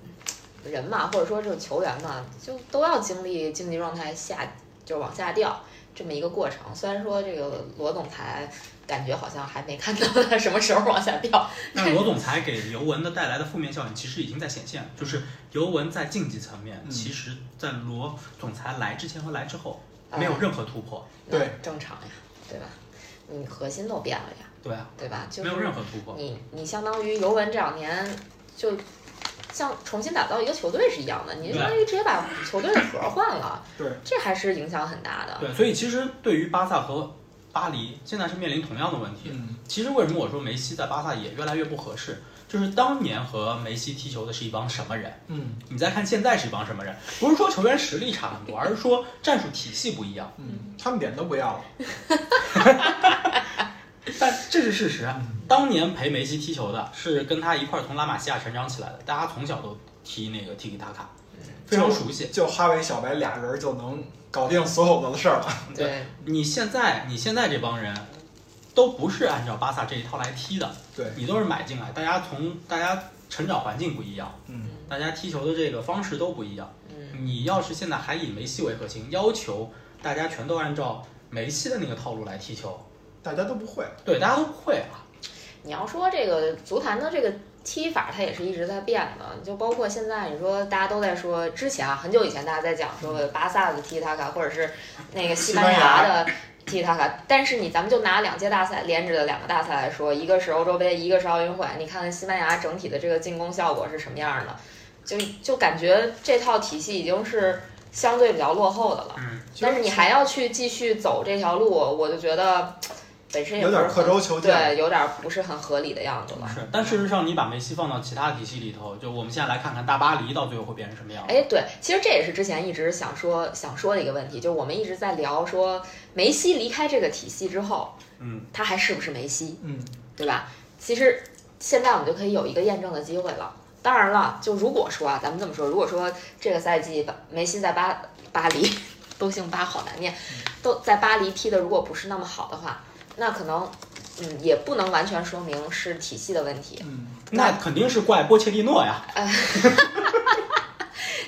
人嘛，或者说这种球员嘛，就都要经历竞技状态下就往下掉这么一个过程。虽然说这个罗总裁感觉好像还没看到他什么时候往下掉，
但罗总裁给尤文的带来的负面效应其实已经在显现了，就是尤文在竞技层面，
嗯
其实在罗总裁来之前和来之后
啊
没有任何突破。
对，
正常呀，对吧？你核心都变了呀，
对啊，
对吧？就
没有
是
任何突破。
你你相当于尤文这两年就像重新打造一个球队是一样的，你
对
相当于直接把球队的核换了，
对，
这还是影响很大的。
对，所以其实对于巴萨和巴黎现在是面临同样的问题。
嗯
其实为什么我说梅西在巴萨也越来越不合适？就是当年和梅西踢球的是一帮什么人？
嗯
你再看现在是一帮什么人？不是说球员实力差很多，而是说战术体系不一样。
嗯，他们脸都不要了，
但这是事实啊。当年陪梅西踢球的是跟他一块儿从拉玛西亚成长起来的，大家从小都踢那个踢踢塔卡，非常熟悉。
就哈维、小白俩人就能搞定所有的事儿了。
对，
你现在你现在这帮人都不是按照巴萨这一套来踢的，
对，
你都是买进来，大家从大家成长环境不一样，
嗯
大家踢球的这个方式都不一样。
嗯，
你要是现在还以梅西为核心，要求大家全都按照梅西的那个套路来踢球，
大家都不会，
对，大家都不会啊。
你要说这个足坛的这个踢法，它也是一直在变的。你就包括现在，你说大家都在说之前啊，很久以前大家在讲说巴萨的踢塔卡，或者是那个西班牙的踢塔卡。但是你咱们就拿两届大赛连着的两个大赛来说，一个是欧洲杯，一个是奥运会，你看看西班牙整体的这个进攻效果是什么样的，就就感觉这套体系已经是相对比较落后的了。
嗯，
其实
但是你还要去继续走这条路，我就觉得本身也
有点
不是
刻
很
舟求剑。
对，有点不是很合理的样子了。
是。但事实上，你把梅西放到其他体系里头，就我们现在来看看大巴黎到最后会变成什么样。
哎，对，其实这也是之前一直想说想说的一个问题，就是我们一直在聊说梅西离开这个体系之后，
嗯，
他还是不是梅西，
嗯，
对吧？其实现在我们就可以有一个验证的机会了。当然了，就如果说啊，咱们这么说，如果说这个赛季巴梅西在巴巴黎， 都姓巴好难念，都在巴黎踢的如果不是那么好的话，那可能嗯也不能完全说明是体系的问题，
嗯，
那肯定是怪波切蒂诺呀。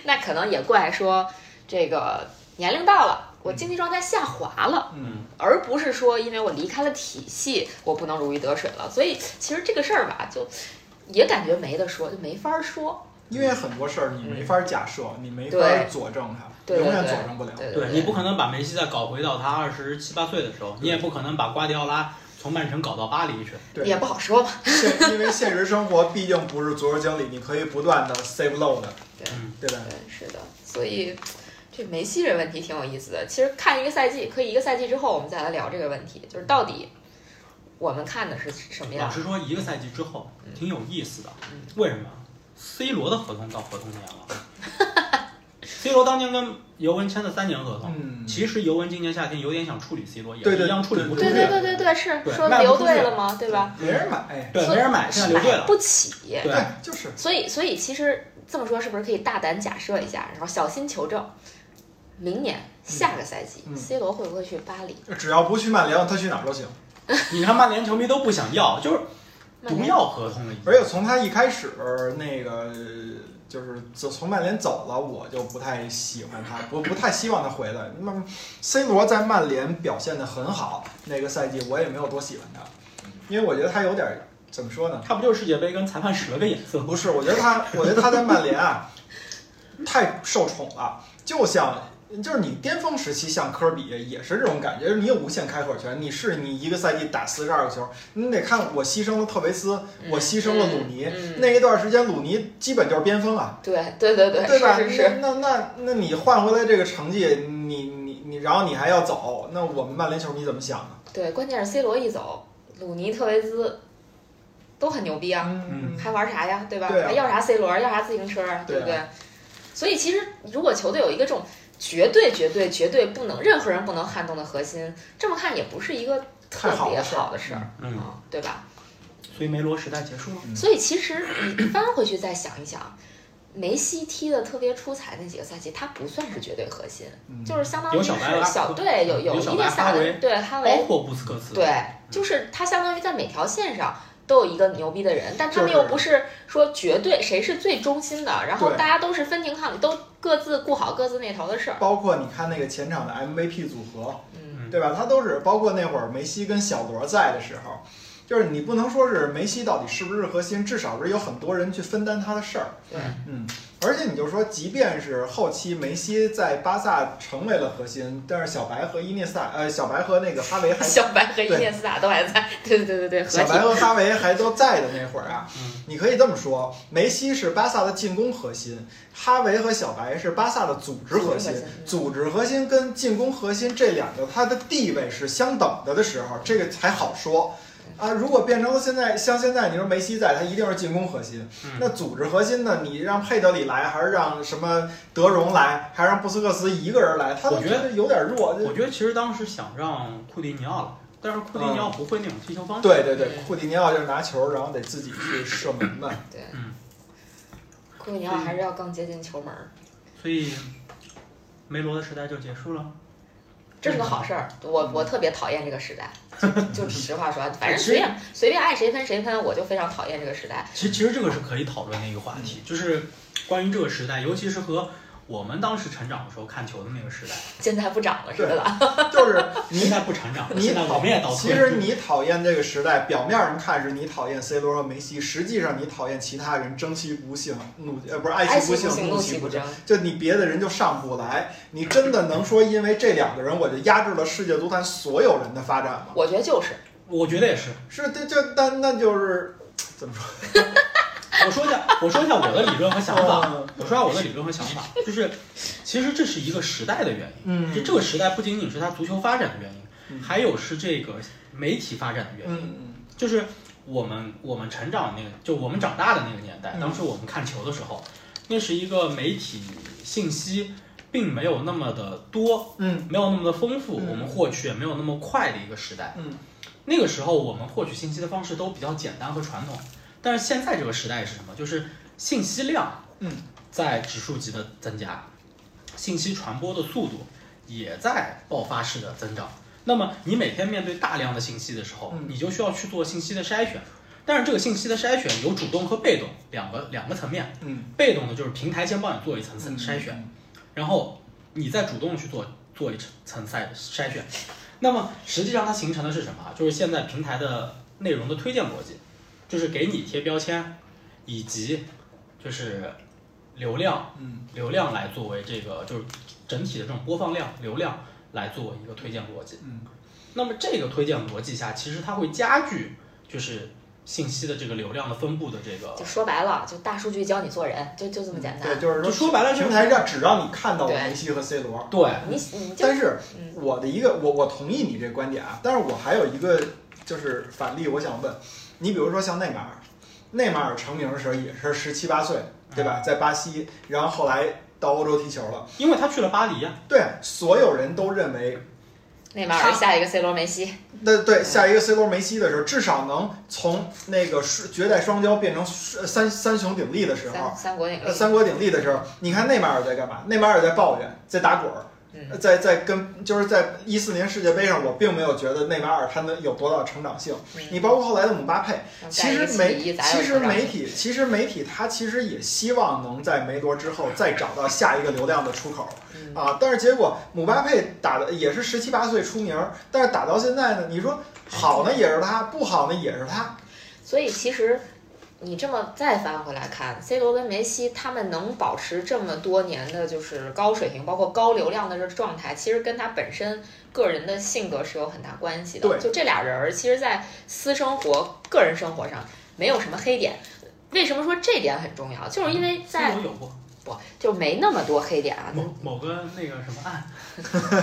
那可能也怪说这个年龄到了，
嗯
我竞技状态下滑了，
嗯，
而不是说因为我离开了体系，我不能如鱼得水了。所以其实这个事儿吧，就也感觉没得说，就没法儿说。
因为很多事儿你没法假设，你没法
对
佐证它，
对对
永远
对
佐证不了。
对
对
对，
你不可能把梅西再搞回到他二十七八岁的时候，你也不可能把瓜迪奥拉从曼城搞到巴黎去。
对
也不好说吧。
现因为现实生活毕竟不是足球经理，你可以不断的 save load，
对
嗯
对吧？
对，是的，所以。这梅西这问题挺有意思的，其实看一个赛季，可以一个赛季之后我们再来聊这个问题，就是到底我们看的是什么
老
样？
实说，一个赛季之后
嗯
挺有意思的
嗯。
为什么？C 罗的合同到合同年了。C 罗当年跟尤文签的三年合同，
嗯，
其实尤文今年夏天有点想处理 C 罗，也
对对
一样处理不出
对
去。
对对对对，是
对
说
卖不
留
出
队
去
了吗？对吧？
没人买，哎
对没人买，现在留队
买
了。
不起，
对，
就是
所以，所以其实这么说，是不是可以大胆假设一下，然后小心求证？明年下个赛季、
嗯
c 罗会不会去巴黎？
只要不去曼联，他去哪儿都行。
你看曼联球迷都不想要，就是
曼
不
联
要合同了已经。
而且从他一开始那个，就是自从曼联走了，我就不太喜欢他，我不太希望他回来。那么 C 罗在曼联表现得很好，那个赛季我也没有多喜欢他，因为我觉得他有点儿怎么说呢？
他不就是世界杯跟裁判使了个眼色吗？
不是，我觉得他，我觉得他在曼联啊，太受宠了，就像。就是你巅峰时期像科比也是这种感觉，就是你有无限开火权，你是你一个赛季打四十二个球，你得看我牺牲了特维斯，我牺牲了鲁尼，
嗯嗯
那一段时间鲁尼基本就是边锋啊，
对对对对，
对吧？
是是是，
那那那那你换回来这个成绩，你你你，然后你还要走，那我们曼联球迷怎么想呢？
对，关键是 C 罗一走，鲁尼、特维兹都很牛逼啊，
嗯
还玩啥呀？对吧？
对啊
还要啥 C 罗，要啥自行车，啊对不
对啊
对？所以其实如果球队有一个这种绝对、绝对、绝对不能任何人不能撼动的核心，这么看也不是一个特
太好
别
的事儿
好的事儿，啊
嗯，
对吧？
所以梅罗时代结束了。
嗯
所以其实你翻回去再想一想，梅西踢的特别出彩那几个赛季，他不算是绝对核心，
嗯
就是相当于
有
是
小白拉嗯
小队有
有
一
小
定
白
下
哈
的
维哦
对哈
包
维，
括布斯克茨，
哎对，就是他相当于在每条线上。都有一个牛逼的人，但他们
就是
又不是说绝对谁是最中心的，然后
对
大家都是分庭抗礼，都各自顾好各自那头的事儿。
包括你看那个前场的 MVP 组合，
嗯
对吧？他都是包括那会儿梅西跟小罗在的时候，就是你不能说是梅西到底是不是核心，至少是有很多人去分担他的事儿。
对，
嗯，而且你就说，即便是后期梅西在巴萨成为了核心，但是小白和伊涅斯塔，呃，小白和那个哈
嗯
维还
小白和伊涅斯塔都还在，对对对对对，合
小
体
白和哈维还都在的那会儿啊，
嗯
你可以这么说，梅西是巴萨的进攻核心，哈维和小白是巴萨的组织核
组
心
织核心。嗯
组织核心跟进攻核心这两个它的地位是相等的的时候，这个才好说。啊，如果变成了现在像现在，你说梅西在，他一定是进攻核心。那
嗯，
组织核心呢？你让佩德里来，还是让什么德容来，还是让布斯克斯一个人来？他都
我
觉
觉得
得有点弱。
我觉得其实当时想让库蒂尼奥了，但是库蒂尼奥不会那种踢球方式。
嗯对对对，库蒂尼奥就是拿球，然后得自己去射 门的。
对
嗯，
库里尼奥还是要更接近球门儿，
所以梅罗的时代就结束了。
这
嗯
是个好事儿。我我特别讨厌这个 时代，就就实话说，啊反正随便随便爱谁喷谁喷，我就非常讨厌这个时代。
其实其实这个是可以讨论的一个话题，就是关于这个时代，尤其是和我们当时成长的时候看球的那个时 代，
现在不长了似 的了，
就是
现
你
在不 成长了，
你
现在我们也倒退。
其实你讨厌这个时代，表面上看是你讨厌 C 罗和梅西，实际上你讨厌其他人争其不幸，怒呃不是爱
爱
其不
不
幸，
行，
怒
怒
其
不
不
争
争。。就你别的人就上不来，你真的能说因为这两个人我就压制了世界足坛所有人的发展吗？
我觉得就是，
我觉得也是，
是，这这那那就是怎么说？
我说一下，我说一下我的理论和想法。
嗯
我说一下我的理论和想法，就是其实这是一个时代的原因。
嗯
就这个时代不仅仅是它足球发展的原
嗯
因，还有是这个媒体发展的原因。
嗯
就是我们我们成长的那个，就我们长大的那个年代，
嗯
当时我们看球的时候，那是一个媒体信息并没有那么的多，
嗯
没有那么的丰富，
嗯
我们获取也没有那么快的一个时代。
嗯
那个时候我们获取信息的方式都比较简单和传统，但是现在这个时代是什么？就是信息量
嗯
在指数级的增加，信息传播的速度也在爆发式的增长。那么你每天面对大量的信息的时候
嗯，
你就需要去做信息的筛选。但是这个信息的筛选有主动和被动两个两个层面，
嗯
被动的就是平台先帮你做一层层
嗯，
筛选，然后你再主动去做做一层筛筛选。那么实际上它形成的是什么啊？就是现在平台的内容的推荐逻辑，就是给你贴标签，以及就是流量
嗯
流量来作为这个就是整体的这种播放量流量来作为一个推荐逻辑。
嗯
那么这个推荐逻辑下，其实它会加剧就是信息的这个流量的分布的这个
就说白了，就大数据教你做人，就就这么简
嗯对，
单。
就是
就说白了就是
平台让只让你看到了
对
梅西和 C 罗，
对
你你就
但是
嗯
我的一个，我我同意你这观点啊，但是我还有一个就是反例，我想问你，比如说像内马尔，内马尔成名的时候也是十七八岁，对吧？在巴西，然后后来到欧洲踢球了，
因为他去了巴黎啊呀、
对，啊所有人都认为，
内马尔下一个 C 罗梅西，
那对下一个 C 罗梅西的时候，至少能从那个双绝代双骄变成呃三三雄鼎立的时候
三，三国鼎
呃，
立，
三国鼎立的时候，你看内马尔在干嘛？内马尔在抱怨，在打滚儿，
嗯
在在跟就是在一四年世界杯上，我并没有觉得内马尔他能有多大成长性。
嗯
你包括后来的姆巴佩，
咱嗯们干一
其
个
实
起
媒
义咱
其
有
实
成长
媒
性
体其实媒体他其实也希望能在梅罗之后再找到下一个流量的出口
嗯
啊，但是结果姆巴佩打的也是十七八岁出名儿，但是打到现在呢，你说好呢也是他，不好呢也是他，
所以其实你这么再翻回来看，C 罗跟梅西他们能保持这么多年的就是高水平，包括高流量的这状态，其实跟他本身个人的性格是有很大关系的。
对
就这俩人儿，其实，在私生活、个人生活上没有什么黑点。为什么说这点很重要？就是因为
啊，
在
我有过
不就没那么多黑点啊，
某某个那个什么案。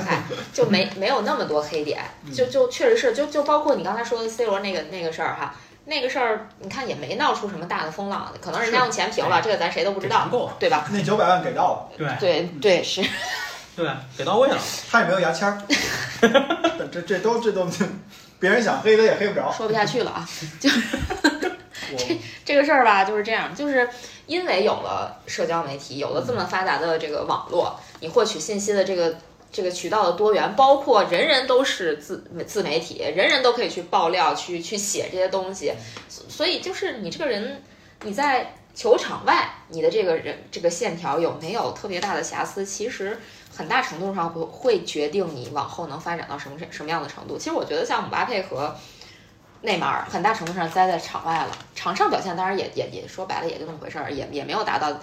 哎，就没没有那么多黑点，就就确实是，就就包括你刚才说的 C 罗那个那个事儿哈，那个事儿你看也没闹出什么大的风浪，可能人家用钱平了，
哎
这个咱谁都不知
给
道
钱，够了，
对吧？
那九百万给到了，
对
对对是，
对，给到位了。
他也没有牙签 儿，这这都这都。别人想黑他也黑不着，
说不下去了啊。
我
这个事儿吧就是这样，就是因为有了社交媒体，有了这么发达的这个网络，你获取信息的这个。这个渠道的多元，包括人人都是自自媒体，人人都可以去爆料、去去写这些东西，所所以就是你这个人，你在球场外，你的这个人这个线条有没有特别大的瑕疵，其实很大程度上会会决定你往后能发展到什么什么样的程度。其实我觉得像姆巴佩和内马尔很大程度上栽在场外了。场上表现当然也也也说白了也就那么回事儿，也也没有达到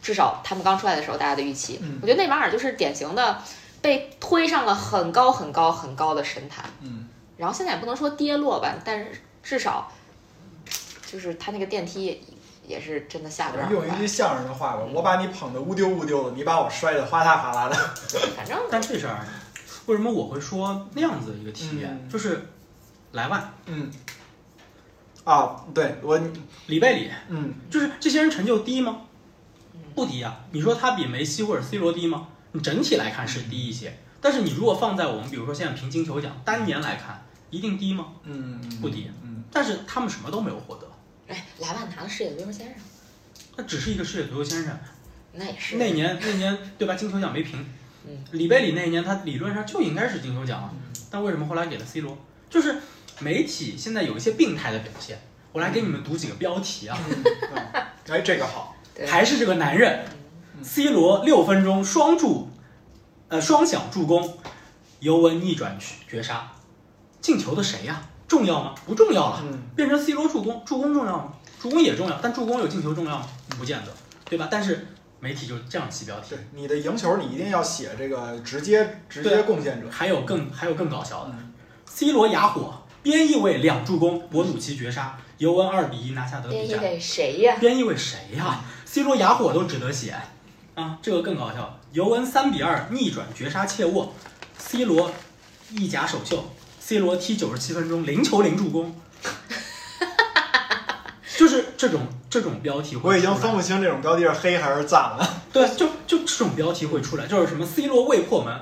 至少他们刚出来的时候大家的预期。
嗯
我觉得内马尔就是典型的被推上了很高很高很高的神坛，
嗯，
然后现在也不能说跌落吧，但是至少就是他那个电梯也也是真的下的有点
用一句
快，
相声的话吧，嗯我把你捧得乌丢乌丢的，你把我摔得哗啦哗啦的。
反正
但这事儿，为什么我会说那样子的一个体验？
嗯
就是莱万、
嗯，啊，对我，
里贝里，
嗯，
就是这些人成就低吗？不低啊！你说他比梅西或者 C 罗低吗？你整体来看是低一些，但是你如果放在我们比如说现在平金球奖单年来看，一定低吗？
嗯，
不低。
嗯，
但是他们什么都没有获得，
哎，莱万拿了世界足球先生，
那只是一个世界足球先生。
那也是
那年那年对吧？金球奖没评，
嗯
里贝里那一年他理论上就应该是金球奖啊，但为什么后来给了 C 罗？就是媒体现在有一些病态的表现。我来给你们读几个标题啊，
嗯嗯哎，这个好，
对嗯
还是这个男人，C 罗六分钟双助，呃双响助攻，尤文逆转绝杀，进球的谁呀、重要吗？不重要了。
嗯
变成 C 罗助攻，助攻重要吗？助攻也重要，但助攻有进球重要吗？不见得，对吧？但是媒体就这样起标题
对，，你的赢球你一定要写这个直接直接
对
贡献者。
还有更还有更搞笑的
嗯
，C 罗哑火，边翼位两助攻，博努奇绝杀，尤文二比一拿下德
边
比
翼
战。
位谁呀？
边翼位谁呀、c
嗯
罗哑火都只得写啊，这个更搞笑。尤文三比二逆转绝杀切沃，C 罗意甲首秀，C 罗踢九十七分钟零球零助攻，就是这种这种标题会出
我
来，
已经分不清这种标的是黑还是赞了。
对，就就这种标题会出来，就是什么 C 罗未破门，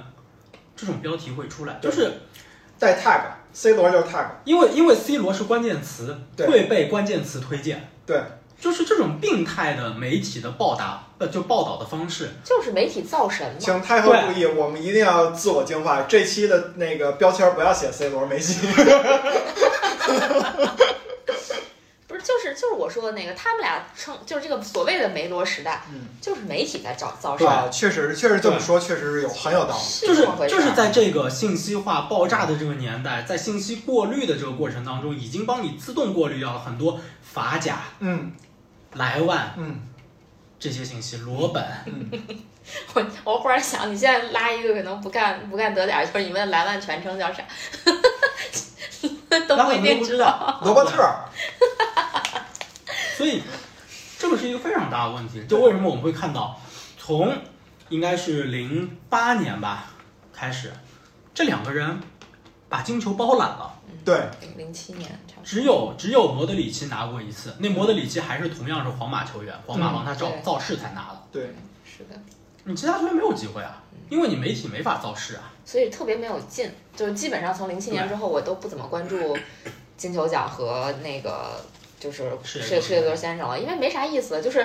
这种标题会出来，
对
就是
带 tag，C 罗就是 tag，
因为因为 C 罗是关键词，
对
会被关键词推荐，
对，
就是这种病态的媒体的报答，呃，就报道的方式，
就是媒体造神嘛。
请太后注意，我们一定要自我净化。这期的那个标签不要写 C 罗、梅西。
不是，就是就是我说的那个，他们俩称就是这个所谓的梅罗时代，
嗯，
就是媒体在造造
对
神，
吧？确实，确实这么说，确实是有很有道理。
啊就是
这么回事啊
就
儿
是在这个信息化爆炸的这个年代，在信息过滤的这个过程当中，已经帮你自动过滤掉了很多法甲、
嗯
莱万
嗯
这些信息，罗本，
嗯，
我我忽然想，你现在拉一个可能不干不干德甲，就是你问莱万全称叫啥， 都
莱
不一
万都
定
不知
知
道，
罗伯特儿，
所以这个是一个非常大的问题。就为什么我们会看到，从应该是零八年吧开始，这两个人把金球包揽了。
嗯
对，
零零七年差不多。
只有只有摩德里奇拿过一次，
嗯
那摩德里奇还是同样是皇马球员，皇马帮他造
对
造势才拿的。
对，
是的，
嗯
你其他球员没有机会啊，因为你媒体没法造势啊。
所以特别没有劲，就是基本上从零七年之后，我都不怎么关注金球奖和那个就是
世界
世界
杯
世界足球先生了，因为没啥意思。就是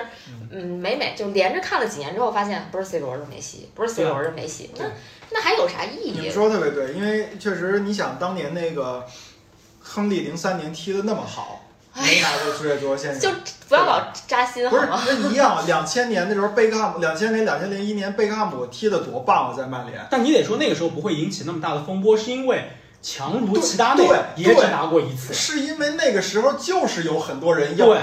嗯，每每就连着看了几年之后，发现不是 C 罗是梅西，不是 C
对啊
罗是梅西，那
对
那还有啥意
你们
义？
说得特别对，因为确实，你想当年那个亨利零三年踢得那么好，没拿过世界足球先
就
生。
不要老扎心
不
好
是，
吗？
那一样。两千年的时候，贝克汉姆，两千年、两千零一年，贝克汉姆踢得多棒啊，在曼联。
但你得说那个时候不会引起那么大的风波，是因为强如齐达内
对对
也只拿过一次。
是因为那个时候就是有很多人要，
对，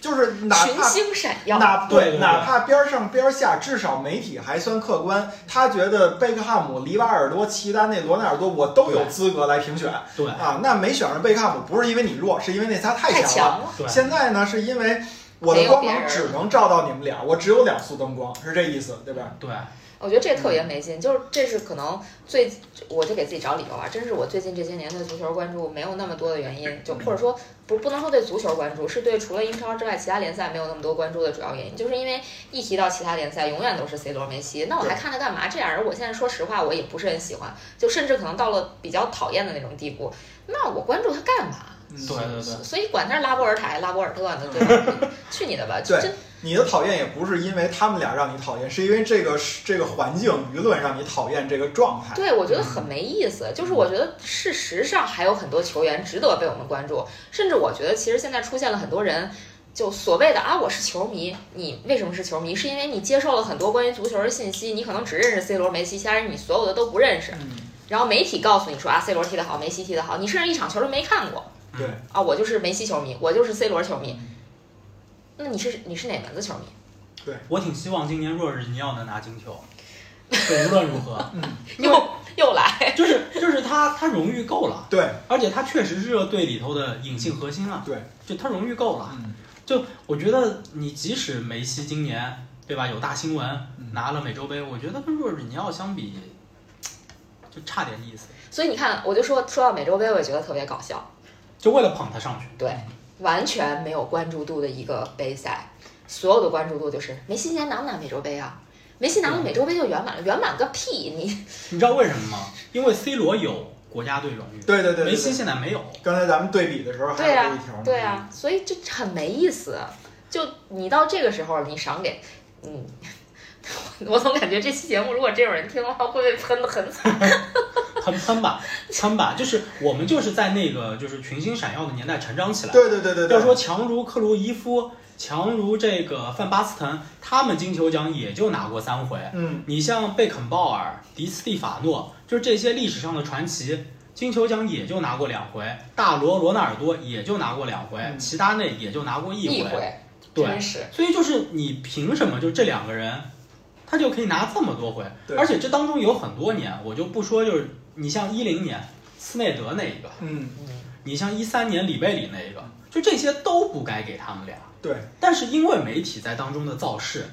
就是哪
群
怕
星闪耀，
哪
对对对
哪怕边上边下，至少媒体还算客观。他觉得贝克汉姆、里瓦尔多、齐达内、罗纳尔多，我都有
对
资格来评选
对，
啊。那没选上贝克汉姆，不是因为你弱，是因为那仨太
太强
强了。
了。
对，
现在呢，是因为我的
没有
光
别
芒
人
只能照到你们俩，我只有两束灯光，是这意思，对吧？
对，
我觉得这特
嗯
别没劲，就是这是可能最，我就给自己找理由啊，真是我最近这些年对足球关注没有那么多的原因，就或者说不不能说对足球关注，是对除了英超之外其他联赛没有那么多关注的主要原因，就是因为一提到其他联赛，永远都是 C 罗、梅西，那我还看他干嘛？这俩人我现在说实话我也不是很喜欢，就甚至可能到了比较讨厌的那种地步，那我关注他干嘛？
嗯
对对对
所以管他是拉波尔塔、拉波尔特呢，对 吧？去你的吧！就
对
真
你的讨厌也不是因为他们俩让你讨厌，是因为这个这个环境舆论让你讨厌这个状态。
对，我觉得很没意思。就是我觉得事实上还有很多球员值得被我们关注，甚至我觉得其实现在出现了很多人，就所谓的啊，我是球迷，你为什么是球迷？是因为你接受了很多关于足球的信息，你可能只认识 C 罗、梅西，其他人你所有的都不认识。
嗯，
然后媒体告诉你说啊，C 罗踢得好，梅西踢得好，你甚至一场球都没看过。
对，
啊，我就是梅西球迷，我就是 C 罗球迷。
嗯
那你是你是哪门子球迷？
我挺希望今年若日尼奥能拿金 球，就无论如何，
嗯
又又来，
就是就是他他荣誉够了，
对，
而且他确实是个队里头的隐性核心啊。
对，
就他荣誉够了。
嗯
就我觉得你即使梅西今年对吧有大新闻
嗯
拿了美洲杯，我觉得跟若日尼奥相比，就差点意思。
所以你看，我就说说到美洲杯，我也觉得特别搞笑，
就为了捧他上去，
对，完全没有关注度的一个杯赛，所有的关注度就是梅西今年拿不拿美洲杯啊？梅西拿了美洲杯就圆满了，圆满个屁！你
你知道为什么吗？因为 C 罗有国家队荣誉，
对对对对
梅西
对
现在没有。
刚才咱们对比的时候还
对
有这一
呀、
条呢，
对啊呀、所以这很没意思。就你到这个时候，你赏给，嗯， 我总感觉这期节目如果真有人听的话，会被喷的很惨。
喷喷吧， 喷吧，就是我们就是在那个就是群星闪耀的年代成长起来。
对对对对对，
要说强如克鲁伊夫，强如这个范巴斯滕，他们金球奖也就拿过三回。
嗯，
你像贝肯鲍尔、迪斯蒂法诺，就是这些历史上的传奇，金球奖也就拿过两回。大罗罗纳尔多也就拿过两回，
嗯
齐达内也就拿过一
一回，
对
真是
所以就是你凭什么就这两个人，他就可以拿这么多回？
对
而且这当中有很多年，我就不说，就是你像一零年斯内德那一个，
嗯，
你像一三年里贝里那一个，就这些都不该给他们俩。
对，
但是因为媒体在当中的造势，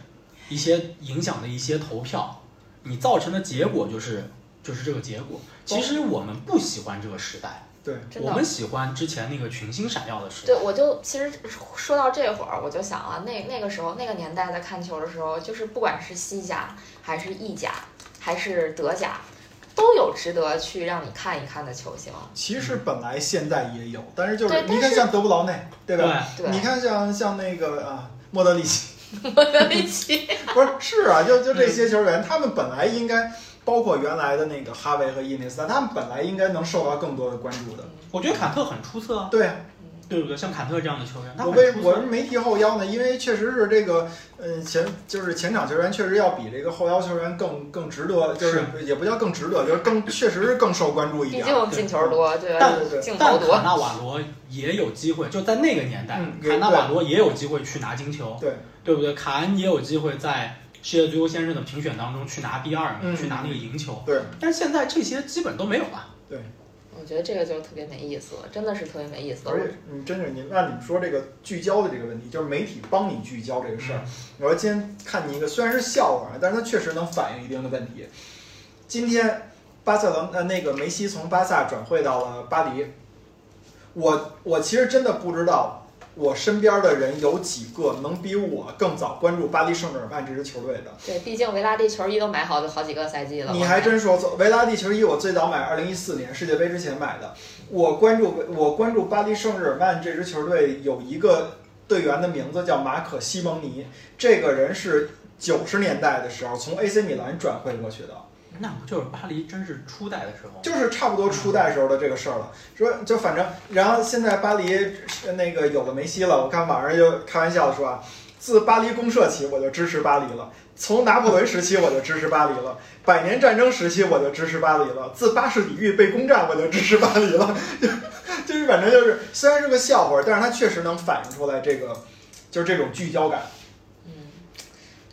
一些影响的一些投票，你造成的结果就是就是这个结果。其实我们不喜欢这个时代，
对，
真
我
的
们。喜欢之前那个群星闪耀的时代
对，。我就其实说到这会儿，我就想啊，那那个时候那个年代在看球的时候，就是不管是西甲还是意甲还是德甲，都有值得去让你看一看的球星。
其实本来现在也有，但是就
嗯
是
对
你
但
看
是
像德布劳内，对
对
吧？
对
你看像像那个啊莫德里奇，
莫德里奇，
不是是啊，就就这
嗯
些球员，他们本来应该。包括原来的那个哈维和伊涅斯塔，他们本来应该能受到更多的关注的。
我觉得坎特很出色啊，
对啊，
对不对？像坎特这样的球员，他
我
很
为
出
我
色。
没提后腰呢，因为确实是这个，嗯，前就是前场球员确实要比这个后腰球员更更值得，就是也不叫更值得，就是更确实是更受关注一
毕
点。
竟进球多，对吧？
对对对，
进球
但卡
多，
纳瓦罗也有机会，就在那个年代，
嗯
卡纳瓦罗也有机会去拿金球，
对
对不对？卡恩也有机会在世界足球先生的评选当中去拿第二名，
嗯
去拿那个赢球。
对，
但现在这些基本都没有了。
我觉得这个就特别没意思了，真的是特别没意思了。
而且嗯，真是您那你们说这个聚焦的这个问题，就是媒体帮你聚焦这
嗯
个事儿。我说今天看你一个虽然是笑话，啊但是它确实能反映一定的问题。今天巴塞罗呃那个梅西从巴萨转会到了巴黎，我我其实真的不知道我身边的人有几个能比我更早关注巴黎圣日耳曼这支球队的。
对，毕竟维拉蒂球衣都买好好几个赛季了。
你还真说错，维拉蒂球衣我最早买二零一四年世界杯之前买的。我关注我关注巴黎圣日耳曼这支球队有一个队员的名字叫马可西蒙尼，这个人是九十年代的时候从 AC 米兰转会过去的，
那不就是巴黎真是初代的时候？
就是差不多初代时候的这个事儿了。说就反正，然后现在巴黎呃那个有了梅西了，我看网上就开玩笑说啊。自巴黎公社起，我就支持巴黎了；从拿破仑时期，我就支持巴黎了；百年战争时期，我就支持巴黎了；自巴士底狱被攻占，我就支持巴黎了。 就就是反正就是，虽然是个笑话，但是它确实能反映出来这个，就是这种聚焦感。
嗯，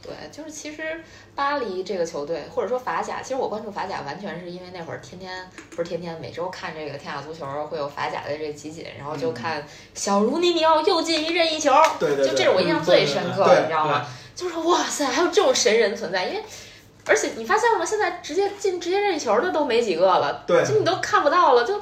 对，就是其实巴黎这个球队，或者说法甲，其实我关注法甲完全是因为那会儿天天不是天天每周看这个天下足球会有法甲的这集锦，然后就看小卢尼尼奥又进一任意球，
对嗯对对，
就这是我印象最深刻，
嗯对对对
你知道吗？就是哇塞，还有这种神人存在，因为。而且你发现了吗？现在直接进直接任意球的都没几个了，
对
就你都看不到了，就，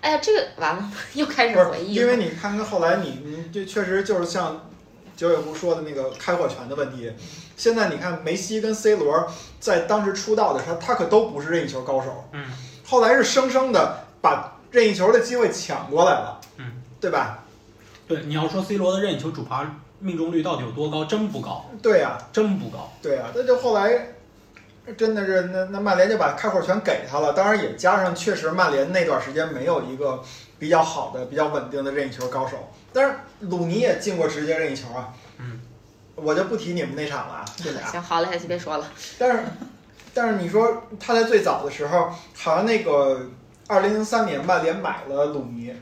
哎呀，这个完了， 又开始
不
回
是，
忆了。
因为你看看后来你你这确实就是像九尾狐说的那个开火权的问题。现在你看梅西跟 C 罗在当时出道的时候，他可都不是任意球高手，
嗯，
后来是生生的把任意球的机会抢过来了，
嗯，
对吧？
对，你要说 C 罗的任意球主罚命中率到底有多高，真不高，
对啊呀、
真不高。
对呀、那就后来。真的是，那那曼联就把开火权给他了，当然也加上确实曼联那段时间没有一个比较好的、比较稳定的任意球高手。但是鲁尼也进过直接任意球啊，
嗯，
我就不提你们那场了啊，这俩。
行，好了，还是别说了。
但是，但是你说他在最早的时候，好像那个二零零三年曼联买了鲁尼，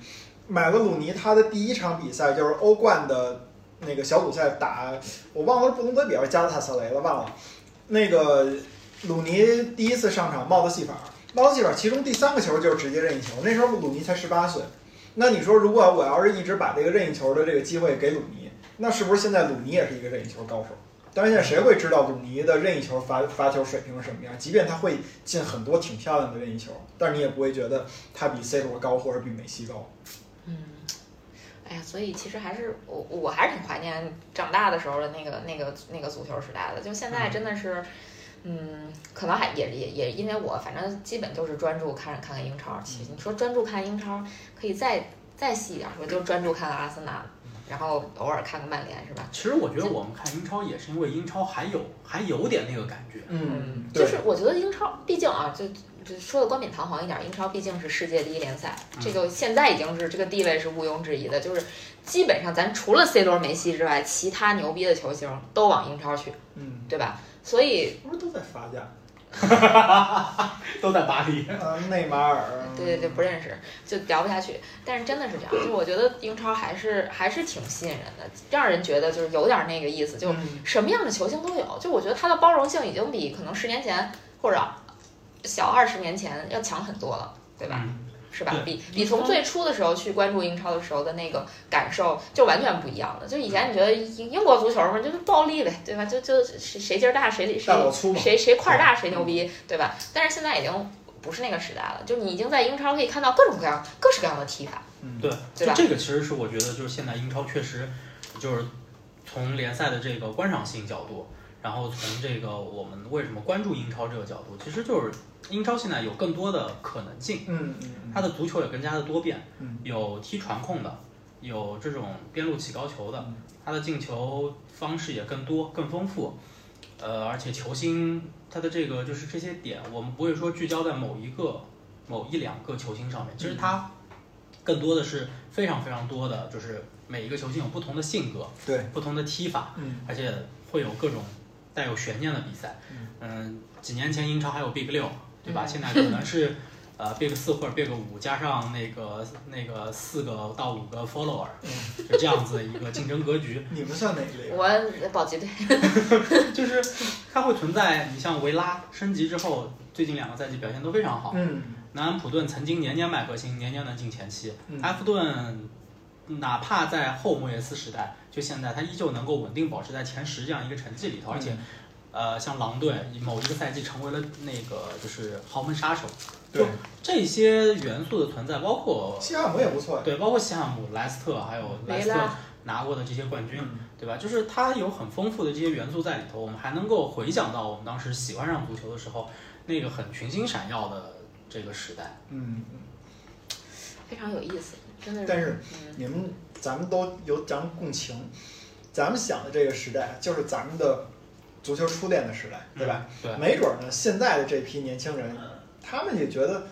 买了鲁尼，他的第一场比赛就是欧冠的那个小组赛打，我忘了是布隆德比还是加斯塔萨雷了，忘了。那个鲁尼第一次上场帽子戏法，帽子戏法其中第三个球就是直接任意球，那时候鲁尼才十八岁。那你说，如果我要是一直把这个任意球的这个机会给鲁尼，那是不是现在鲁尼也是一个任意球高手？但是现在谁会知道鲁尼的任意球罚罚球水平是什么样？即便他会进很多挺漂亮的任意球，但是你也不会觉得他比 C 罗高或者比梅西高。
嗯，哎呀，所以其实还是我我还是挺怀念长大的时候的那个那个那个足球时代的，就现在真的是。嗯，可能还也也也因为我反正基本就是专注看看看英超。其实你说专注看英超，可以再再细一点说，就专注看看阿森纳，然后偶尔看看曼联，是吧？
其实我觉得我们看英超也是因为英超还有还有点那个感觉，
嗯，
就
对，
是我觉得英超，毕竟啊，就就说的冠冕堂皇一点，英超毕竟是世界第一联赛，
嗯
这个现在已经是这个地位是毋庸置疑的，就是基本上咱除了 C 罗、梅西之外，其他牛逼的球星都往英超去，
嗯，
对吧？所以
不是都在法甲？
都在巴黎。
啊，内马尔。
对对对，
嗯
不认识就聊不下去。但是真的是这样，就是我觉得英超还是还是挺吸引人的，让人觉得就是有点那个意思，就
嗯
什么样的球星都有。就我觉得它的包容性已经比可能十年前或者小二十年前要强很多了，对吧？
嗯
是吧
对？
比比从最初的时候去关注英超的时候的那个感受就完全不一样了。就以前你觉得英英国足球嘛，就是暴力呗，对吧？就就谁谁劲儿大，谁谁
大老粗嘛
谁谁块儿大谁牛逼，对吧？但是现在已经不是那个时代了，就你已经在英超可以看到各种各样、各式各样的踢法。
嗯，
对，
对
就
吧
这个其实是我觉得就是现在英超确实就是从联赛的这个观赏性角度，然后从这个我们为什么关注英超这个角度，其实就是英超现在有更多的可能性，
嗯嗯
它的足球也更加的多变
嗯，
有踢传控的，有这种边路起高球的
嗯，
它的进球方式也更多更丰富。呃，而且球星他的这个就是这些点，我们不会说聚焦在某一个、某一两个球星上面，其
嗯
实他更多的是非常非常多的，就是每一个球星有不同的性格、
对，
不同的踢法，
嗯
而且会有各种带有悬念的比赛。
嗯
嗯，几年前英超还有 Big 六，对吧？
嗯
现在可能是呃 Big 四或者 Big 五加上那个那个四个到五个 follower，
嗯
就这样子一个竞争格局。
你们算哪一类？啊
我保级队，
就是它会存在，你像维拉升级之后，最近两个赛季表现都非常好。
嗯
南安普顿曾经年年买核心，年年能进前七。
嗯
埃弗顿哪怕在后莫耶斯时代，就现在他依旧能够稳定保持在前十这样一个成绩里头，而且。呃，像狼队某一个赛季成为了那个就是豪门杀手，
对
就这些元素的存在，包括
西汉姆也不错呀。
对，包括西汉姆、莱斯特还有莱斯
维
特
拉
拿过的这些冠军，
嗯
对吧？就是它有很丰富的这些元素在里头，我们还能够回想到我们当时喜欢上足球的时候，那个很群星闪耀的这个时代。
嗯，
非常有意思，真的是。
但是
嗯，
你们咱们都有咱们共情，咱们想的这个时代就是咱们的足球初恋的时代，嗯对吧？
对
没准儿呢，现在的这批年轻人，他们也觉得。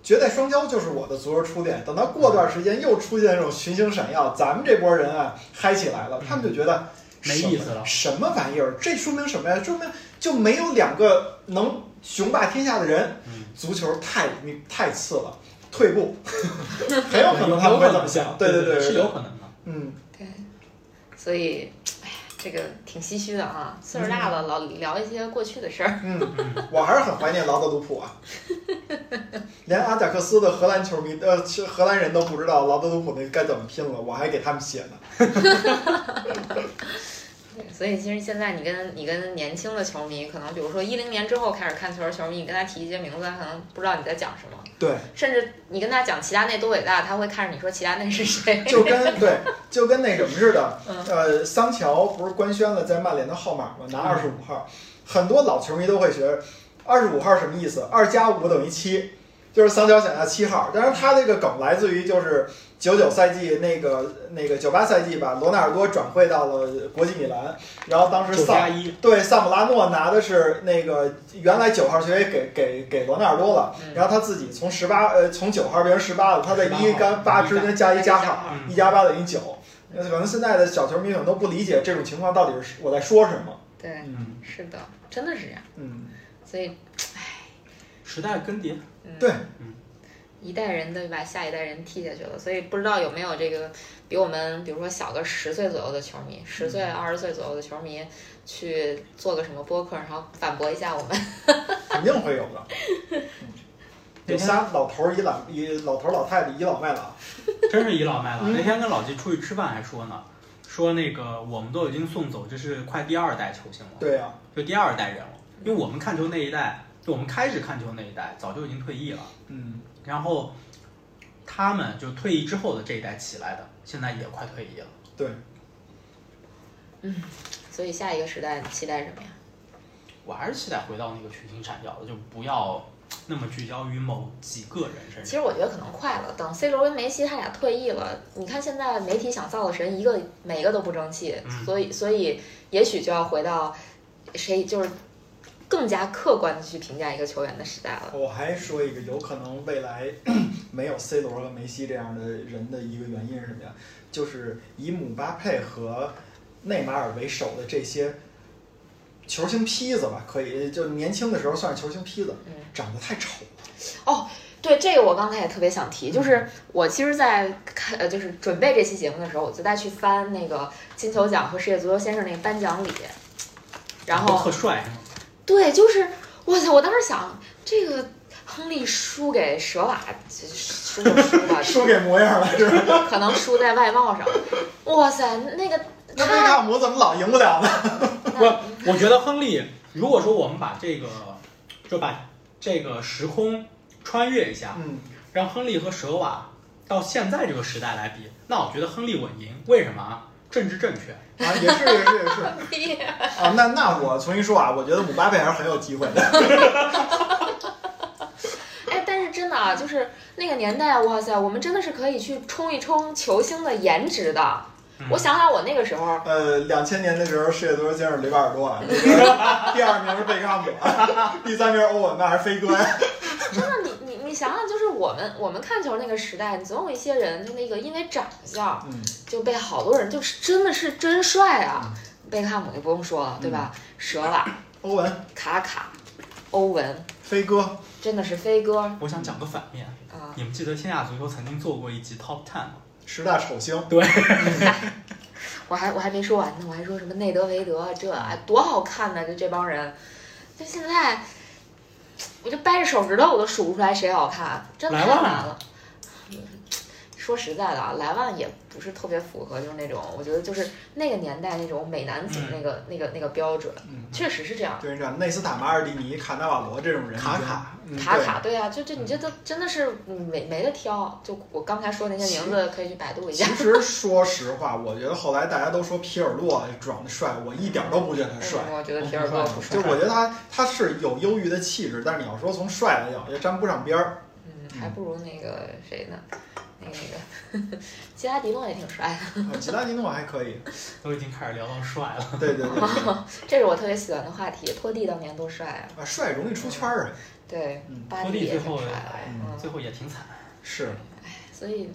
绝代双骄就是我的足球初恋。等到过段时间又出现这种群星闪耀，咱们这波人啊嗨起来了，他们就觉得
嗯没
什么
意思了
什么玩意儿？这说明什么呀？说明就没有两个能雄霸天下的人。
嗯
足球太你太次了，退步， 很有可能他们会这么想。对
对
对对，
是
对
有可能的。
嗯，
对，所以，哎呀，这个挺唏嘘的啊，岁数大了，老聊一些过去的事儿。
嗯，
嗯，
我还是很怀念劳德鲁普啊。 连阿贾克斯的荷兰球迷，呃，其实荷兰人都不知道劳德鲁普那该怎么拼了，我还给他们写呢。
对所以其实现在你跟你跟年轻的球迷，可能比如说一零年之后开始看球的球迷，你跟他提一些名字，他可能不知道你在讲什么，
对，
甚至你跟他讲齐达内多伟大，他会看着你说齐达内是 谁。
就跟对，就跟那什么似的
嗯，
呃，桑乔不是官宣了在曼联的号码吗？
嗯
拿二十五号，很多老球迷都会觉得二十五号什么意思？二加五等于七，就是桑乔想要七号。但是他这个梗来自于就是九九赛季那个那个九八赛季吧，罗纳尔多转会到了国际米兰，然后当时
九
桑
加一，
对，萨姆拉诺拿的是那个原来九号球员给给给罗纳尔多了，
嗯
然后他自己从十八呃从九号变成十八了，他在一跟八之间加一加号，
嗯
一加八等于九。那可能现在的小球迷可能都不理解这种情况到底是我在说什么。
对，
嗯
是的，真的是这样。
嗯，
所以
时代更迭，
嗯
对，
一代人的把下一代人踢下去了，所以不知道有没有这个比我们，比如说小个十岁左右的球迷，十岁、二十岁左右的球迷去做个什么播客，然后反驳一下我们。
肯定会有的。嗯有仨老头儿一老一老头儿老太太一老卖老，
真是倚老卖老。
嗯
那天跟老季出去吃饭还说呢，说那个我们都已经送走，这是快第二代球星了，
对啊呀、
就第二代人了。因为我们看球那一代，就我们开始看球那一代，早就已经退役了。
嗯，
然后他们就退役之后的这一代起来的，现在也快退役了。
对，
所以下一个时代期待什么呀？
我还是期待回到那个群星闪耀的，就不要那么聚焦于某几个人身
其
上。
实我觉得可能快了，等 C 罗跟梅西他俩退役了，你看现在媒体想造的神，一个每个都不争气，
嗯
所以所以也许就要回到谁就是更加客观的去评价一个球员的时代了。
我还说一个，有可能未来 没有 C 罗和梅西这样的人的一个原因是什么呀？就是以姆巴佩和内马尔为首的这些球星坯子吧，可以，就年轻的时候算是球星坯子
嗯，
长得太丑了。，
哦对这个，我刚才也特别想提，就是我其实，在看呃，就是准备这期节目的时候，我就在去翻那个金球奖和世界足球先生那个颁奖礼，然
长得
后
特帅是吗？
对，就是哇塞，我当时想，这个亨利输给舍瓦，这输就输吧
说给模样了是吧？
可能输在外貌上。哇塞，那个
那贝克
他
汉姆怎么老赢不了呢？
我觉得亨利，如果说我们把这个，就把这个时空穿越一下，
嗯，
让亨利和舍瓦到现在这个时代来比，那我觉得亨利稳赢。为什么啊？政治正确。
啊，也是也是也是啊，那那我重新说啊，我觉得姆巴佩还是很有机会的。
哎，但是真的啊，就是那个年代，啊哇塞，我们真的是可以去冲一冲球星的颜值的。
嗯
我想想，我那个时候。
呃，两千年的时候，世界足球先生雷瓦尔多啊，那个第二名是贝克汉姆 啊，第三名是欧文那还是飞哥呀。
那你你你想想，就是我们我们看球那个时代，总有一些人就那个因为长相
嗯，
就被好多人就是真的是真帅啊，贝克汉姆就不用说了，对吧？舍瓦、
欧文、
卡卡、欧文，
飞哥，
真的是飞哥啊、
我想讲个反面，你们记得天下足球曾经做过一集 Top Ten 吗？
十大丑星，
我还我还没说完呢，我还说什么内德维德这哎多好看呢？就这帮人，就现在，我就掰着手指头我都数不出来谁好看，真
莱
太
万啊
难了。说实在的啊，莱万也不是特别符合，就是那种我觉得就是那个年代那种美男子
嗯
那个、那个那个标准，
嗯，
确实是这样。
就是这样，内斯塔、马尔蒂尼、卡纳瓦罗这种人，
卡卡
嗯，
卡
对
卡，对啊，就这
嗯
你这都真的是没没得挑。就我刚才说那些名字，可以去百度一
其
下。
实说实话，我觉得后来大家都说皮尔洛长得帅，我一点儿都不觉得他帅。
嗯我觉得皮尔洛不帅
就，我觉得他他是有优郁的气质，但是你要说从帅来讲，也沾不上边儿。
嗯，还不如那个谁呢？那个那个，杰拉迪诺也挺帅的。
啊吉拉迪诺还可以，
都已经开始聊到帅了。
对对对，
这是我特别喜欢的话题。托蒂当年多帅啊！
啊，帅容易出圈儿啊，
对
嗯，
巴
托
蒂
蒂
也
最
挺
后
帅的。嗯，
最后也挺惨。
是
所以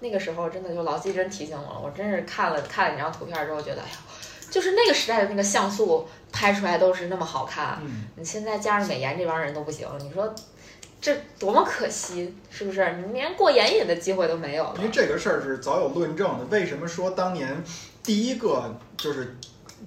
那个时候真的就老季真提醒我了，我真是看了看了你张图片之后，觉得哎呀，就是那个时代的那个像素拍出来都是那么好看，
嗯，
你现在加上美颜这帮人都不行，你说这多么可惜，是不是？你连过眼瘾的机会都没有了
因。为这个事儿是早有论证的。为什么说当年第一个就是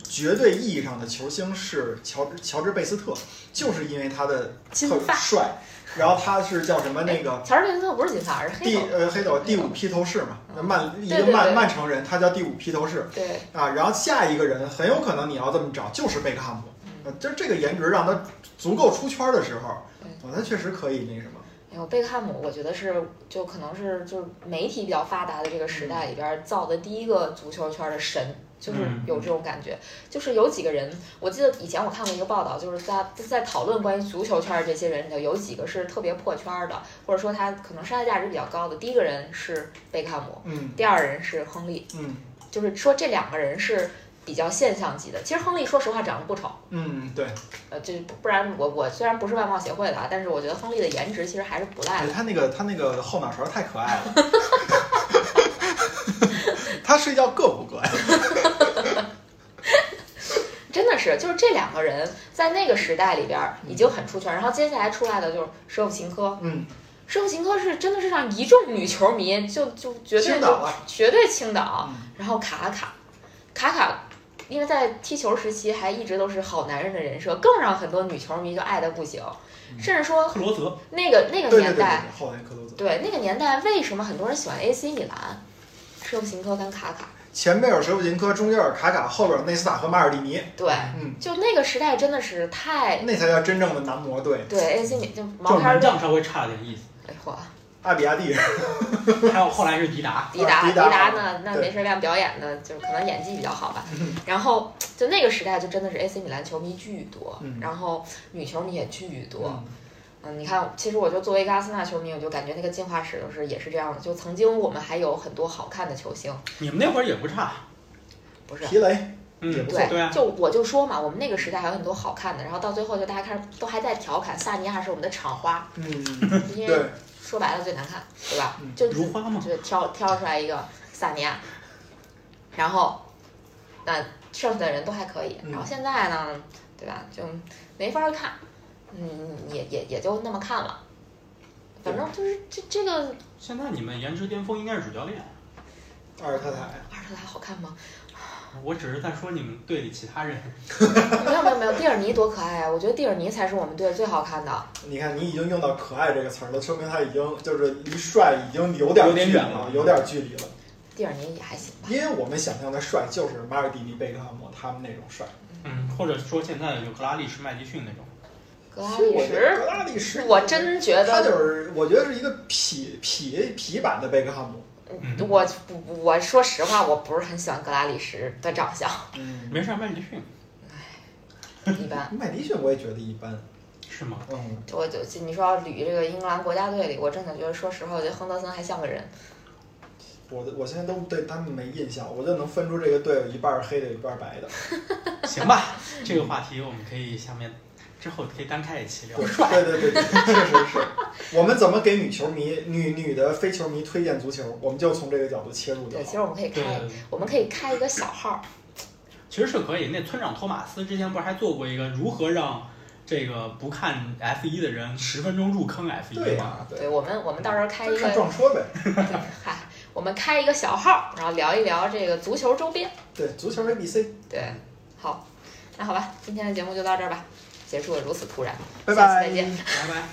绝对意义上的球星是乔乔治贝斯特，就是因为他的
金
特
发
帅，然后他是叫什么那个。
乔治·贝斯特不是金发，而是黑
第
头。
呃黑头第五披头士嘛，那曼一
对
个
对
曼
对
曼城人，他叫第五披头士
对，
啊。然后下一个人很有可能你要这么找，就是贝克汉姆，
嗯
呃，就这个颜值让他足够出圈的时候，
对
哦，他确实可以那什么，
哎呦，贝克汉姆，我觉得是就可能是就是媒体比较发达的这个时代里边儿造的第一个足球圈的神，就是
嗯
有这种感觉。就是有几个人，我记得以前我看过一个报道，就是在在讨论关于足球圈儿这些人里头，有几个是特别破圈儿的，或者说他可能商业价值比较高的。第一个人是贝克汉姆，
嗯
第二人是亨利，
嗯
就是说这两个人是比较现象级的。其实亨利说实话长得不丑，
嗯，对，
呃，这不不然我我虽然不是外貌协会的啊，但是我觉得亨利的颜值其实还是不赖的。
他那个他那个后脑勺太可爱 了，他睡觉硌不硌呀？
真的是，就是这两个人在那个时代里边儿已经很出圈，然后接下来出来的就是舍甫琴科，
嗯，
施布琴科是真的是让一众女球迷就就绝对
青
就
岛啊
绝对倾倒，
嗯
然后卡卡卡卡，因为在踢球时期还一直都是好男人的人设，更让很多女球迷就爱的不行，
嗯
甚至说
克罗泽，
那个那个
对对对
年
对
代，，
后来克罗泽，
对那个年代为什么很多人喜欢 AC 米兰？施布琴科跟卡卡，
前边有舍甫琴科，中间有卡卡，后边有内斯塔和马尔蒂尼，
对，
嗯，
就那个时代真的是太
那才叫真正的男模队，
对 AC 米就毛
就是
片儿
门
队，
将稍微差点意思。
哎嚯，
阿比亚蒂，
还有后来是迪达，
迪达，
迪
迪
达
达呢，那
对
没事儿干表演的，就是可能演技比较好吧。然后就那个时代，就真的是 AC 米兰球迷巨多，
嗯
然后女球迷也巨多。
嗯
嗯，你看，其实我就作为一个阿森纳球迷，我就感觉那个进化史就是也是这样的。就曾经我们还有很多好看的球星，
你们那会儿也不差。
不是？
皮雷，
嗯，
也不错
对，
对啊，
就我就说嘛，我们那个时代还有很多好看的，然后到最后就大家开始都还在调侃萨尼亚是我们的厂花，
嗯，
因为
对，
说白了最难看，对吧
嗯？
就
如花嘛。
就挑挑出来一个萨尼亚，然后那剩下的人都还可以，
嗯
然后现在呢，对吧，就没法儿看，嗯，也也也就那么看了，反正就是这这个阿
现在你们颜值巅峰应该是主教练，
阿尔特塔，
尔特塔好看吗？
我只是在说你们队里其他人。
没有没有没有，蒂尔尼多可爱啊！我觉得蒂尔尼才是我们队最好看的。
你看你已经用到“可爱”这个词儿了，说明他已经就是离帅已经有点
有点
距离
远了
有点距离了。
蒂尔尼也还行吧，
因为我们想象的帅就是马尔蒂尼、贝克汉姆他们那种帅，
嗯，或者说现在有克拉利什、麦迪逊那种。
格拉
其实
利
我觉得格
什，
拉利什，
哦我真觉
他
得，
就是我觉得是一个痞痞痞版的贝克汉姆，
嗯，
我不我说实话，我不是很喜欢格拉利什的长 相，
嗯，
没事儿，麦迪逊
一般。
麦迪逊我也觉得一般，
是吗？
嗯，
我就你说要捋这个英格兰国家队里，我真的觉得，说实话，我觉得亨德森还像个人。
我我现在都对他们没印象，我就能分出这个队有一半儿黑的，一半儿白的。
行吧，这个话题我们可以下面之后可以单开一期聊
对。对对对，确实是。我们怎么给女球迷、女女的非球迷推荐足球，我们就从这个角度切入就
对，其
好。
实我们可以
对，
开，我们可以开一个小号儿，
其实是可以。那村长托马斯之前不是还做过一个如何让这个不看 F 一的人十分钟入坑 F
对
一
呀、
吗？
对
对，
我们我们到时候开一
看
个，
撞车呗。
嗨，我们开一个小号儿，然后聊一聊这个足球周边。
对，足球 ABC，
对，好，那好吧，今天的节目就到这儿吧，结束的如此突然，
拜
下次
拜。
再见。
拜拜。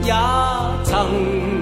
也曾